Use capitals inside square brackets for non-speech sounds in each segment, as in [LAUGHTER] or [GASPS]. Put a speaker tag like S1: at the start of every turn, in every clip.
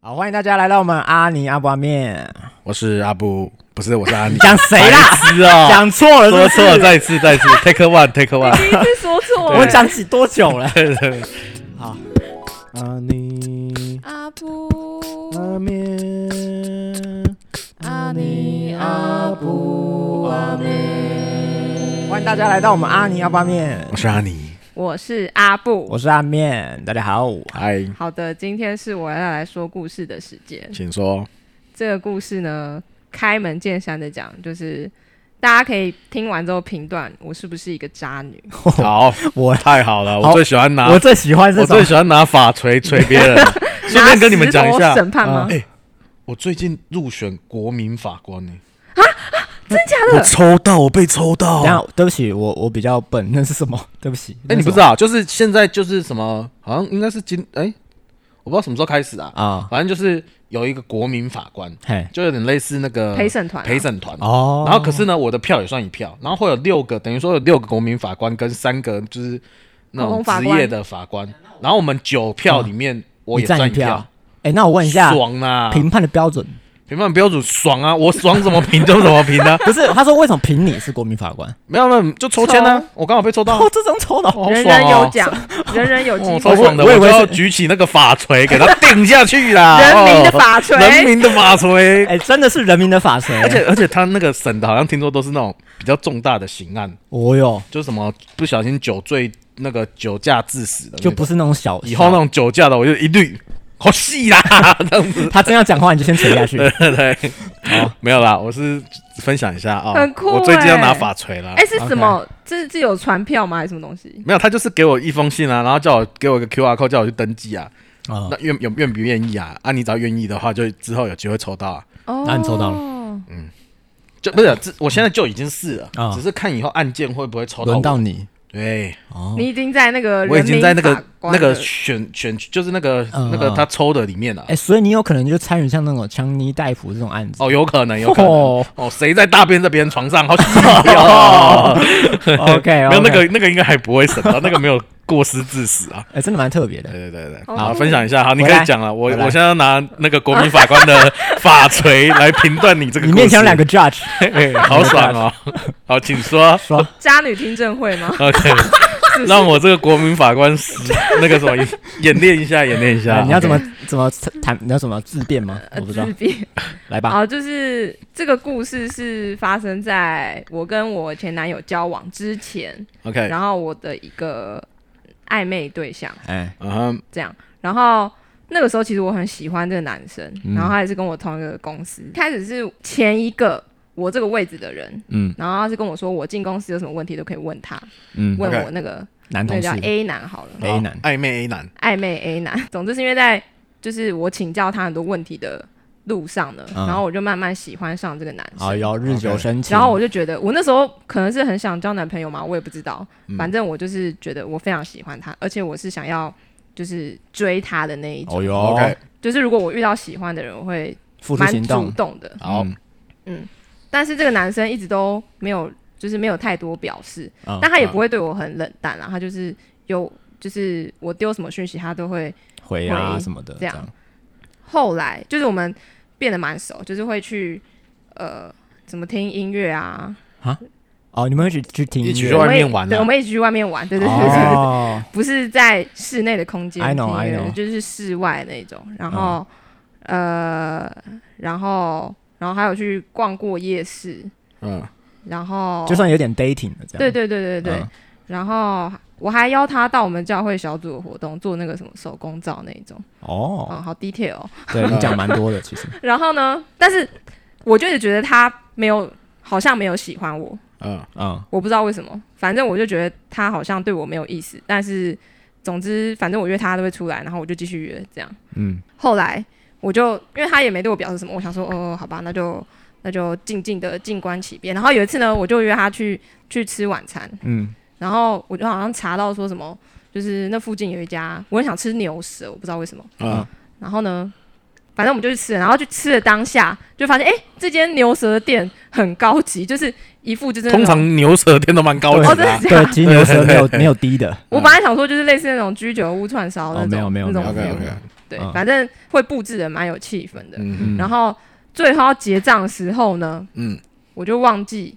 S1: 好，欢迎大家来到我们阿尼阿布阿面，，
S2: 我是阿布，不是我是阿尼
S1: [LAUGHS] 讲谁啦？
S2: 是哦，
S1: 讲错了是
S2: 说
S1: 不是，
S2: 错了，再一次，再
S1: [LAUGHS]
S2: 一次，take one，take one，
S3: 第一次说错
S1: 我
S3: 欸，
S1: 们讲起多久了？
S2: 对对对
S1: 好，阿尼
S3: 阿布
S1: 阿面，
S3: 阿尼阿布阿妹，
S1: 欢迎大家来到我们阿尼阿布阿面，
S2: [LAUGHS] 我是阿尼，
S3: 我是阿布。
S1: 我是阿面，大家好。
S2: 嗨，
S3: 好的，今天是我要来说故事的时间。
S2: 请说，
S3: 这个故事呢，开门见山的讲，就是大家可以听完之后评断我是不是一个渣女。
S2: 好，
S1: 我
S2: 太好了，
S1: 好
S2: 我最喜欢拿，
S1: 我
S2: 啊我
S1: 最喜欢这种
S2: 最，喜欢拿法锤锤别
S1: [LAUGHS]
S2: 人，顺便跟你们讲一
S3: 拿石
S2: 下
S3: 头，审判吗？
S2: 哎，我最近入选国民法官呢，
S1: 啊
S3: 假
S2: 我
S3: 的？
S2: 抽到，我被抽
S1: 等
S2: 到
S1: 一下，对不起，我我比较笨，那是什么？ [LAUGHS] 对不起，
S2: 哎，
S1: 那
S2: 你
S1: 是什么
S2: 不知道，就是现在就是什么，好像应该是今，哎，我不知道什么时候开始啊，
S1: 啊？
S2: 反正就是有一个国民法官，
S1: 嘿，
S2: 就有点类似那个
S3: 陪审团啊
S2: 陪审团
S1: 哦，
S2: 然后可是呢，我的票也算一票，然后会有六个，等于说有六个国民法官跟三个就是那种
S3: 普通法
S2: 职
S3: 官
S2: 业的法官，然后我们九票里面我
S1: 你
S2: 也占
S1: 占一票。哎，那我问一下，
S2: 爽啊！
S1: 评判的标准，
S2: 评判标准爽啊，我爽怎么评就怎么评啊
S1: [LAUGHS] 不是？他说为什么评你是国民法官？
S2: 没有没有就抽签呢，我刚好被抽到，
S1: 哦，这种抽的
S2: 哦好
S3: 人
S2: 爽
S3: 人有
S2: 哦，
S3: 奖，人人有
S2: 哦
S3: 机
S2: 超
S3: 会。
S2: 爽的，
S1: 我
S2: 我
S1: 以
S2: 就
S1: 为是
S2: 要举起那个法锤给他定下去啦，
S3: [LAUGHS] 人民的
S2: 哦
S3: 法锤，
S2: 人民的法
S1: [LAUGHS]
S2: 锤，
S1: 哎、真的是人民的法哎锤，
S2: 而且而且他那个审的好像听说都是那种比较重大的刑案，
S1: 哦哟，
S2: 就是什么不小心酒醉那个酒驾致死的那种，
S1: 就不是那种小
S2: 以后那种酒驾的，我就一律好细啦， [LAUGHS] 这样
S1: [LAUGHS]
S2: 子。
S1: 小他真要讲话，你就先垂下去。
S2: [LAUGHS] 对对，好，没有啦，我是分享一下啊、
S3: 很酷
S2: 我最近要拿
S3: 欸
S2: 法锤啦。
S3: 哎，是什么？这这有传票吗？还是什么东西？
S2: 没有，他就是给我一封信啊，然后叫我给我一个 Q R code，叫我去登记啊。
S1: 啊、
S2: 那愿有愿不愿意啊？啊，你只要愿意的话，就之后有机会抽到啊。
S3: 哦
S1: 那你抽到了
S3: 了。
S2: 就不是，这我现在就已经是了，
S1: 啊
S2: 只是看以后案件会不会抽到我。
S1: 轮到你
S2: 对，
S1: 哦，
S3: 你已经在那个，
S2: 我已经在那个那个选选，就是那个、
S1: 嗯
S2: 那个
S1: 嗯
S2: 他抽的里面啊了、
S1: 哎、所以你有可能就参与像那种强尼戴普这种案子。
S2: 哦，有可能，有可能。
S1: 哦
S2: 哦，谁在大便在别人床上？好奇
S1: [LAUGHS]
S2: 怪哦！
S1: OK，
S2: [LAUGHS] 没有那个，那个应该还不会审到，那个没有过失致死啊。
S1: 哎、真的蛮特别的
S2: 对。对对对，
S3: 哦
S2: 好，分享一下，好，你
S1: 回
S2: 可
S1: 来
S2: 以讲了。我
S1: 回来
S2: 我现在要拿那个国民法官的法锤来评断你
S1: [LAUGHS]
S2: 这个。
S1: 你面前有两，个 judge，
S2: 好
S1: [LAUGHS]
S2: 爽哦！好，请说。？
S1: 说
S3: 渣女听证会吗
S2: OK，让我这个国民法官实那个什么演练一下，演练一下
S1: 哎。你要怎么
S2: OK？
S1: 怎么谈，你要怎么自辩吗？我
S3: 呃，啊
S1: 不知道
S3: 自，闭。
S1: 来 [LAUGHS] 吧。
S3: 好，就是这个故事是发生在我跟我前男友交往之前，
S2: OK，
S3: 然后我的一个暧昧对象
S1: 哎、
S2: 嗯哼，
S3: 这样，然后。那个时候其实我很喜欢这个男生，
S1: 嗯
S3: 然后他也是跟我同一个公司。开始是前一个我这个位置的人，
S1: 嗯
S3: 然后他是跟我说我进公司有什么问题都可以问他，
S1: 嗯，
S3: 问
S2: OK
S3: 我那个
S1: 男
S3: 那个
S1: 同事
S3: 叫 A 男好了，
S1: A 男
S2: 好暧昧 A 男，
S3: 暧昧 A 男。 [LAUGHS] 总之是因为在就是我请教他很多问题的路上呢，
S1: 嗯哎
S3: 然后我就慢慢喜欢上这个男
S1: 好
S3: 生。
S1: 哟，日久
S2: OK
S1: 生情。
S3: 然后我就觉得，我那时候可能是很想交男朋友嘛，我也不知道。
S2: 嗯
S3: 反正我就是觉得我非常喜欢他，而且我是想要就是追他的那一种。
S1: 哦哟
S2: OK，
S3: 就是如果我遇到喜欢的人，我会
S1: 付出
S3: 蛮
S1: 行
S3: 主
S1: 动。
S3: 动的。
S2: 好，
S1: 嗯
S3: 但是这个男生一直都没有，就是没有太多表示，
S1: 嗯
S3: 但他也不会对我很冷淡啦。他就是有，就是我丢什么讯息，他都会
S1: 回啊
S3: 回
S1: 什么的，
S3: 这样后来就是我们变得蛮熟，就是会去呃，怎么听音乐啊，
S1: 哦，你们会去去听
S2: 一起
S1: 音
S2: 去
S1: 乐
S2: 外面玩啊
S3: 对，我们一起去外面玩，对对对对 [LAUGHS] 对
S1: 哦，
S3: 不是在室内的空间
S1: I
S3: 听
S1: know,
S3: 音
S1: I
S3: 乐
S1: know，
S3: 就是室外那种。然后、呃，然后然后还有去逛过夜市，
S2: 嗯，
S3: 然后
S1: 就算有点 dating 了这样。
S3: 对对对对对，
S1: 嗯
S3: 然后我还邀他到我们教会小组的活动做那个什么手工皂那一种，
S1: 哦，
S3: 嗯，好 detail 哦、
S1: 对你讲蛮多的，
S3: [LAUGHS]
S1: 其实
S3: 然后呢，但是我就是觉得他没有，好像没有喜欢我，
S2: 嗯，
S1: 嗯，
S3: 我不知道为什么，反正我就觉得他好像对我没有意思。但是总之，反正我约他都会出来，然后我就继续约这样。
S1: 嗯，
S3: 后来我就因为他也没对我表示什么，我想说哦，好吧，那就那就静静的静观其变。然后有一次呢，我就约他去去吃晚餐， [LAUGHS]
S1: 嗯，
S3: 然后我就好像查到说什么，就是那附近有一家，我很想吃牛舌，我不知道为什么。
S2: 嗯，
S3: 然后呢，反正我们就去吃了，然后去吃的当下就发现，哎、这间牛舌店很高级，就是一副就是那
S2: 通
S3: 种
S2: 常牛舌店都蛮高级
S1: 对
S3: 哦，
S2: 的
S3: 真
S2: 啊
S3: 的。是这
S1: 对
S3: 样。，
S1: 其实 [LAUGHS] 牛舌没有没有低的， [LAUGHS]
S3: 我本来想说就是类似那种居酒屋串烧
S1: 嗯
S3: 那
S1: 哦
S3: 种，
S1: 没有没有
S3: 那种
S1: 没有
S2: OK
S3: feel
S2: OK，
S3: 对，
S1: 嗯
S3: 反正会布置的蛮有气氛的。
S2: 嗯
S3: 然后最后要结账的时候呢，
S2: 嗯
S3: 我就忘记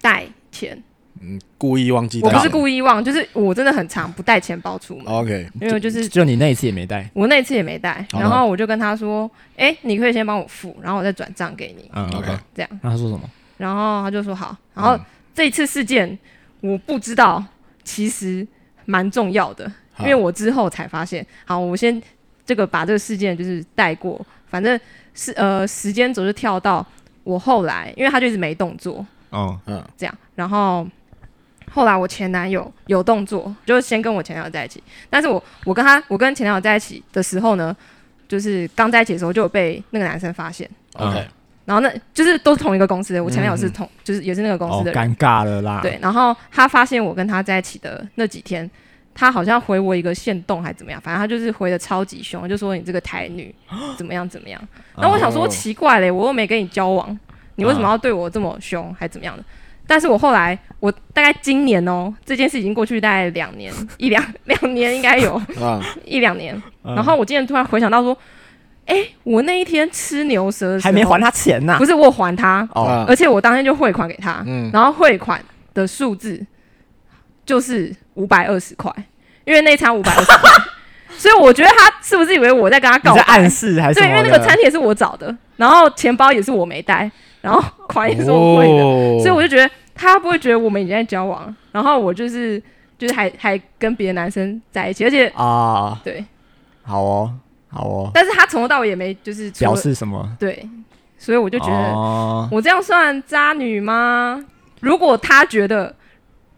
S3: 带钱，
S2: 嗯，故意忘记带
S3: 我
S2: 钱。
S3: 不是故意忘，就是我真的很常不带钱包出
S1: 哦
S3: 门，
S2: OK，
S3: 因为就是
S1: 就你那一次也没带，
S3: 我那次也没带，
S2: 哦
S3: 然后我就跟他说，哎、你可以先帮我付，然后我再转账给你，
S1: 嗯
S2: OK
S3: 这样，
S1: 那他说什么？
S3: 然后他就说好，然后这一次事件我不知道，其实蛮重要的，因为
S2: 好
S3: 我之后才发现，好，我先这个把这个事件就是带过，反正是呃时间轴就跳到我后来，因为他就一直没动作，
S1: 哦，
S2: 嗯
S3: 这样，然后后来我前男友有动作，就是先跟我前男友在一起，但是我我跟他我跟前男友在一起的时候呢，就是刚在一起的时候就有被那个男生发现，
S2: OK，
S3: 然后那就是都是同一个公司的，我前男友是同、就是也是那个公
S1: 嗯哦
S3: 司的
S1: 尴
S3: 人，
S1: 尬了啦。
S3: 对，然后他发现我跟他在一起的那几天。他好像回我一个线动还怎么样，反正他就是回的超级凶，就说你这个台
S1: [GASPS]
S3: 女怎么样怎么样。
S1: 哦，
S3: 那我想说奇怪嘞，我又没跟你交往，你为什么要对我这么凶，还怎么样的？但是我后来，我大概今年哦，这件事已经过去大概两年， [LAUGHS] 一两两年应该有 [LAUGHS]
S2: 啊，
S3: 一两年。
S1: 嗯
S3: 然后我今天突然回想到说，哎，我那一天吃牛舌的时候
S1: 还没还，他钱呐
S3: 不。是我还他，
S1: 哦，
S2: 啊
S3: 而且我当天就汇款给他，
S2: 嗯
S3: 然后汇款的数字就是五百二十块，因为那一餐五百二十块， [LAUGHS] 所以我觉得他是不是以为我在跟他
S1: 你
S3: 告
S1: 在
S3: 白？
S1: 暗示还是什
S3: 对，因
S1: 么
S3: 为
S1: 的？
S3: 那个餐厅也是我找的，然后钱包也是我没带，然后
S1: 哦
S3: 款也哎是我汇的，
S2: 哦
S3: 所以我就觉得他会不会觉得我们已经在交往，然后我就是就是还还跟别的男生在一起，而且
S1: 啊，
S3: 对，
S1: 好哦，好哦，
S3: 但是他从头到尾也没就是除了
S1: 表示什么？
S3: 对，所以我就觉得
S1: 哦
S3: [LAUGHS] 我这样算渣女吗？如果他觉得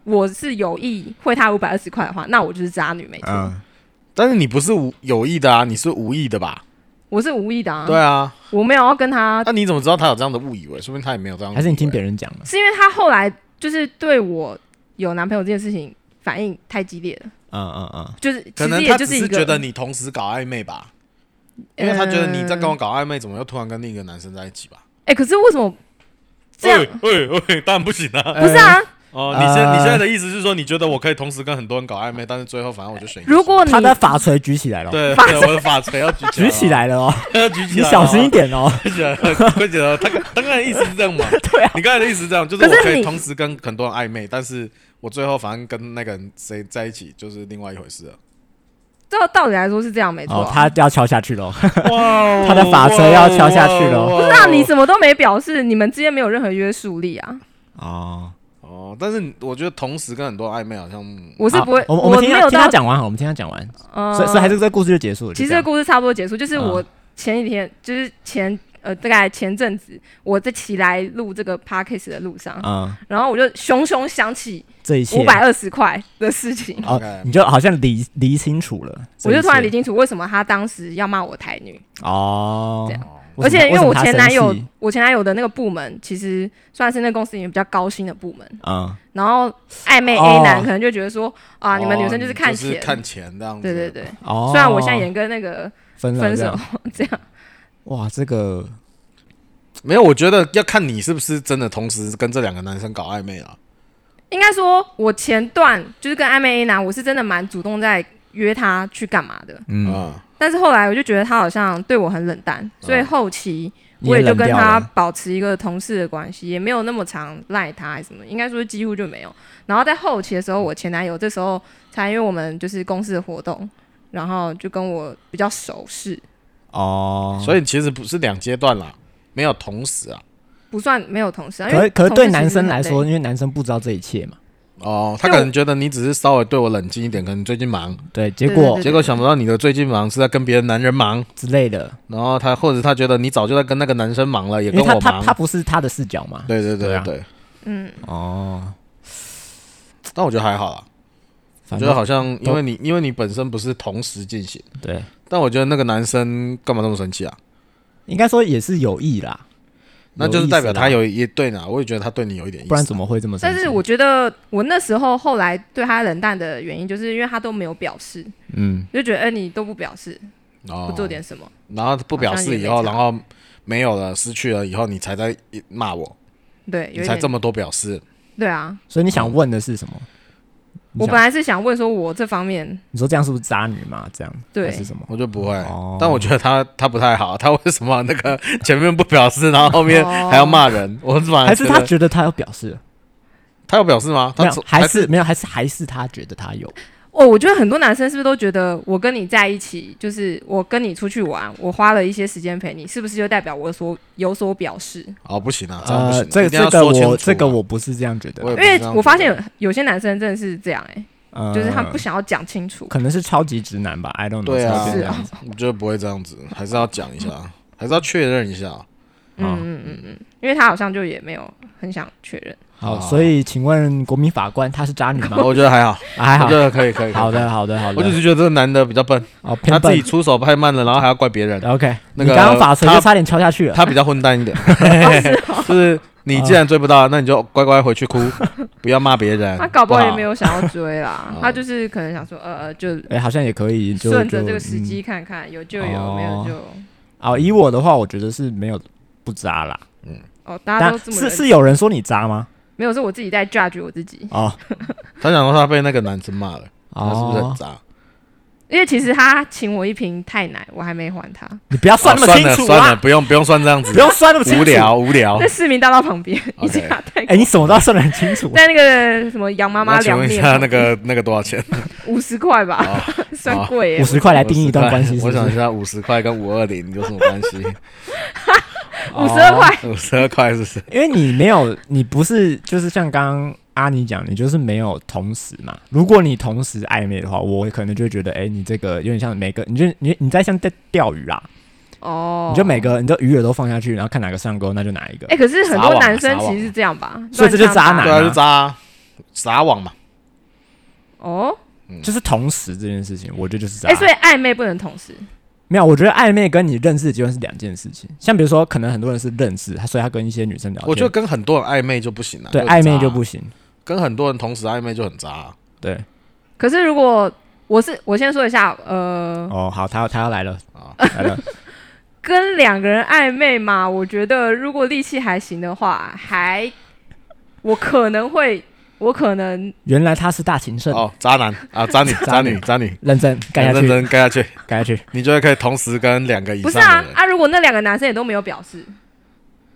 S3: 我是有意汇他五百二十块的话，那我就是渣女没错，
S4: 啊
S1: 嗯，
S2: 但是你不是无有意的啊，你是无意的吧？
S3: 我是无意的啊，
S2: 对啊，
S3: 我没有要跟他，
S2: 那你怎么知道他有这样的误以为？说明他也没有这样。
S1: 还是你听别
S2: 人？
S1: 人讲的
S3: 是因为他后来就是对我有男朋友这件事情反应太激烈了。
S1: 嗯嗯嗯，
S3: 就是
S2: 可
S3: 其
S2: 能
S3: 实
S2: 他
S3: 也就
S2: 只
S3: 一
S2: 是
S3: 个，
S2: 觉得你同时搞暧昧吧，因为他觉得你在跟我
S3: 呃。
S2: 搞暧昧，怎么又突然跟另一个男生在一起吧？
S3: 哎、可是为什么这
S2: 哦
S3: 样？
S4: 喂喂喂，当然不行
S2: 呃
S4: 啊！
S3: 不是啊，
S4: 哦，你现
S1: 呃
S4: 你现在的意思是说，你觉得我可以同时跟很多人搞暧昧，但是最后反正我就选一个。
S3: 如果你
S1: 他的法锤举起来了，哦
S4: 对对，我的发锤要举起来，
S1: 举起，来了哦，
S4: 要举起
S1: 你
S4: 来，
S1: 小心一，点哦。
S4: 举起来，快起来！他他刚才的意思是这样嘛？
S1: [LAUGHS] 对啊，
S4: 你刚才的意思是这样，就是
S3: 可
S4: 我
S3: 是
S4: 可以
S3: 你
S4: 同时跟很多人暧昧，但是我最后反正跟那个人谁在一起就是另外一回事了。
S3: 照道理来说是这样没错、
S1: 哦
S3: 啊，
S1: 他要敲下去了，哦
S4: 哇
S1: 他的法锤要敲下去了
S4: 不
S3: 不是啊，你什么都没表示，你们之间没有任何约束力啊。
S1: 哦，
S4: 哦，但是我觉得同时跟很多人暧昧好像
S3: 我是不会，
S1: 好我们我们听
S3: 没
S1: 他
S3: 有
S1: 听他
S3: 到，
S1: 讲完好，我们听他讲完，
S3: 呃
S1: 所以所以还是这故事就结束了。
S3: 其
S1: 就这
S3: 实这个
S1: 样
S3: 故事差不多结束，就是
S1: 嗯
S3: 我前几天，就是前呃大概前阵子，我在起来录这个 podcast 的路上，
S1: 嗯，
S3: 然后我就熊熊想起
S1: 这一切
S3: 五百二十块的事情，
S1: 哦
S2: OK，
S1: 你就好像理理清楚了，
S3: 我就突然理
S1: 清
S3: 清楚为什么他当时要骂我台女。
S1: 哦
S3: 这样，
S1: 为
S3: 而
S1: 什
S3: 且
S1: 么
S3: 因为我
S1: 什么他
S3: 前男友
S1: 生气，
S3: 我前男友的那个部门其实算是那公司里面比较高薪的部门，
S1: 嗯
S3: 然后暧昧
S1: 哦
S3: A 男可能就觉得说、啊，你们女生就是看
S4: 钱，
S3: 钱，
S4: 就是看钱这样子。
S3: 对对对。
S1: 哦，
S3: 虽然我现在也跟那个
S1: 分了
S3: 分
S1: 这
S3: 手
S1: 样
S3: [LAUGHS] 这样，
S1: 哇，这个
S2: 没有，我觉得要看你是不是真的同时跟这两个男生搞暧昧啊。
S3: 应该说我前段就是跟暧昧 A 男，我是真的蛮主动在约他去干嘛的，
S1: 嗯，
S2: 嗯，
S4: 啊
S3: 但是后来我就觉得他好像对我很冷淡，所以
S1: 哦
S3: 后期
S1: 你
S3: 我也就
S1: 冷
S3: 跟
S1: 掉
S3: 他
S1: 了
S3: 保持一个同事的关系，也没有那么常赖他还是什么，应该说几乎就没有。然后在后期的时候，我前男友这时候才因为我们就是公司的活动，然后就跟我比较熟识，
S1: 哦，
S2: 所以其实不是两阶段啦，没有同时啊。
S3: 不算没有同事啊。因
S1: 可
S3: 为
S1: 是可是
S3: 同事
S1: 对
S3: 其实
S1: 男生
S3: 很
S1: 来
S3: 累
S1: 说，因为男生不知道这一切嘛，
S2: 哦，他可能觉得你只是稍微对我冷静一点，可能最近忙，
S1: 对，结
S3: 对
S1: 果
S3: 对
S2: 结果想不到你的最近忙是在跟别的男人忙，
S1: 之类的，
S2: 然后他或者他觉得你早就在跟那个男生忙了，也
S1: 因
S2: 跟
S1: 为他
S2: 我
S1: 他他
S2: 忙。
S1: 不是他的视角嘛，
S2: 对对
S1: 对
S2: 对
S1: 啊
S2: 对，
S3: 嗯，
S1: 哦，
S2: 但我觉得还好啦，我
S1: 反
S2: 觉得
S1: 正
S2: 好像因为你因为你本身不是同时进行，
S1: 对，
S2: 但我觉得那个男生干嘛那么生气啊？
S1: 应该说也是有意啦，
S2: 那就是代表他
S1: 意
S2: 有一对呢，我也觉得他对你有一点意
S1: 思啦，不
S2: 思，
S1: 然怎么会这么生
S3: 但
S1: 气？
S3: 是我觉得我那时候后来对他冷淡的原因，就是因为他都没有表示，
S1: 嗯，
S3: 就觉得哎、你都不表示，
S2: 哦
S3: 不做点什么。
S2: 然后不表示以后，
S3: 好像也没差
S2: 然后没有了，失去了以后，你才在骂我，
S3: 对，
S2: 你
S3: 有一
S2: 才
S3: 点
S2: 这么多表示。
S3: 对啊，
S1: 所以你想问的是什么？你
S3: 我
S1: 想
S3: 本来是想问说，我这方面
S1: 你说这样是不是渣女嘛？这样还
S3: 对
S1: 是什么？
S2: 我就不会。
S1: 哦
S2: 但我觉得他他不太好，他为什么那个前面不表示，然后后
S1: [LAUGHS]
S2: 面
S3: 哦
S2: 还要骂人？ [LAUGHS] 我反
S1: 还
S2: 而
S1: 是
S2: 觉
S1: 他
S2: 得
S1: 觉得他有表示，
S2: 他有表示吗？
S1: 没
S2: 他
S1: 有，
S2: 从
S1: 还是没有，还是还是他觉得他有，
S3: 哦，我觉得很多男生是不是都觉得我跟你在一起，就是我跟你出去玩，我花了一些时间陪你，是不是就代表我所有所表示？
S2: 哦不行啊，这样不
S1: 呃，
S2: 行，
S1: 这
S2: 一定要
S1: 这个
S2: 说清楚
S1: 我
S2: 啊
S1: 这个我不是这样觉
S2: 我
S1: 得，
S2: 也不是
S3: 因为
S2: 这样
S3: 我发现
S2: 觉得嗯
S3: 有有些男生真的是这样、欸，
S1: 呃，
S3: 就是他们不想要讲清楚。
S1: 可能是超级直男吧，I don't know，
S2: 对啊
S1: 才会
S3: 是
S1: 这
S3: 啊
S1: 样子，
S2: 我觉得不会这样子，还是要讲一下，还是要确认一下。
S3: 嗯
S1: 啊
S3: 嗯嗯嗯，因为他好像就也没有很想确认。
S1: 好，
S2: 啊
S1: 所以请问国民法官他是渣女
S2: [LAUGHS]
S1: 吗？
S2: 我觉得还好，
S1: 啊还
S2: 我
S1: 好
S2: 觉，得可以可以。可以
S1: 好，的，好的，好
S2: 我只
S1: 的，
S2: 是觉得这个男的比较笨，
S1: 哦，
S2: 他
S1: 偏
S2: 自
S1: 笨嗯
S2: 己出手太慢了，然后还要怪别人，
S1: ，OK，
S2: 那
S1: 你
S2: 个
S1: 刚刚法锤
S2: 他
S1: 就差点敲下去了，
S2: 他比较混蛋
S1: [LAUGHS]
S2: 一点。 [LAUGHS] 就是你既然追不到，那你就乖乖回
S1: [LAUGHS]
S2: 去哭，不要骂别人。
S3: 他搞不好
S2: 哎好哦
S3: 也没有想要追啦
S2: [LAUGHS] 好，
S3: 他就是可能想说，呃，呃，就
S1: 哎，好像也可以，就
S3: 顺着
S1: 就
S3: 这个时
S1: 嗯
S3: 机看看，有就有，
S1: 哦
S3: 没有就
S1: 哦，以我的话，我觉得是没有不渣啦。
S3: 哦，大家
S1: 但
S3: 都这么
S1: 是
S3: 认
S1: 是有人说你渣吗？
S3: 没有，是我自己在 judge 我自己，
S1: 哦，
S2: 他想说他被那个男生骂了，他是不是很渣？
S3: 因为其实他请我一瓶太奶，我还没还他，
S1: 你不要算那么清
S2: 啊
S1: 楚
S2: 算了算了，
S1: 啦，
S2: 不用不用算这样子
S1: 不，用算那么清楚。
S2: 无聊无聊
S3: 在。市民大道旁边
S2: OK
S3: 一家太
S1: 哦哎，你什么都要算得很清楚。
S3: 在那个什么杨妈妈
S2: 那请
S3: 凉
S2: 问一
S3: 面，
S2: 下，那个那个哦多少钱？
S3: 五十块吧， [LAUGHS] 算贵耶
S1: 五。十块来定义一段关系，是
S2: 我
S1: 不
S2: 想一
S1: 是？
S2: 下，五十块跟五二零有什么关系？
S3: 五
S1: 哦
S3: 十二块，
S2: 五十二块是不是？
S1: 因为你没有，你不是就是像刚刚阿尼讲，你就是没有同时嘛。如果你同时暧昧的话，我可能就会觉得，哎，你这个有点像每个，你就你你在像在钓鱼啦，
S3: 哦，
S1: 你就每个你的鱼饵都放下去，然后看哪个上钩，那就哪一个
S3: 哎，。可是很
S2: 撒
S3: 多
S2: 网啊
S3: 男生
S2: 撒
S3: 其
S2: 网
S3: 实是这样吧，
S1: 所以这就
S3: 乱枪
S1: 渣
S3: 打
S1: 男
S2: 对啊，就渣啊撒网嘛。
S3: 哦。
S1: 就是同时这件事情，我觉得就是渣。
S3: 哎，所以暧昧不能同时，
S1: 没有，我觉得暧昧跟你认识结婚是两件事情。像比如说，可能很多人是认识，他所以他跟一些女生聊天，
S2: 我觉得跟很多人暧昧就不行了，
S1: 对
S2: 很渣
S1: 暧昧就不行。
S2: 跟很多人同时暧昧就很渣啊。
S1: 对，
S3: 可是如果我是我先说一下，呃，
S1: 哦，好，他要他要来了，哦
S2: 啊
S1: 来了，
S3: 跟两个人暧昧嘛，我觉得如果力气还行的话，还我可能会，我可能
S1: 原来他是大情圣，
S2: 哦，渣男啊，渣女，
S1: [LAUGHS]
S2: 渣女，渣女，
S1: 认真干下
S2: 认
S1: 去，
S2: 真干下去，
S1: 干下去，
S2: 你就会可以同时跟两个以
S3: 不
S2: 上
S3: 是啊
S2: 的人。
S3: 啊！如果那两个男生也都没有表示，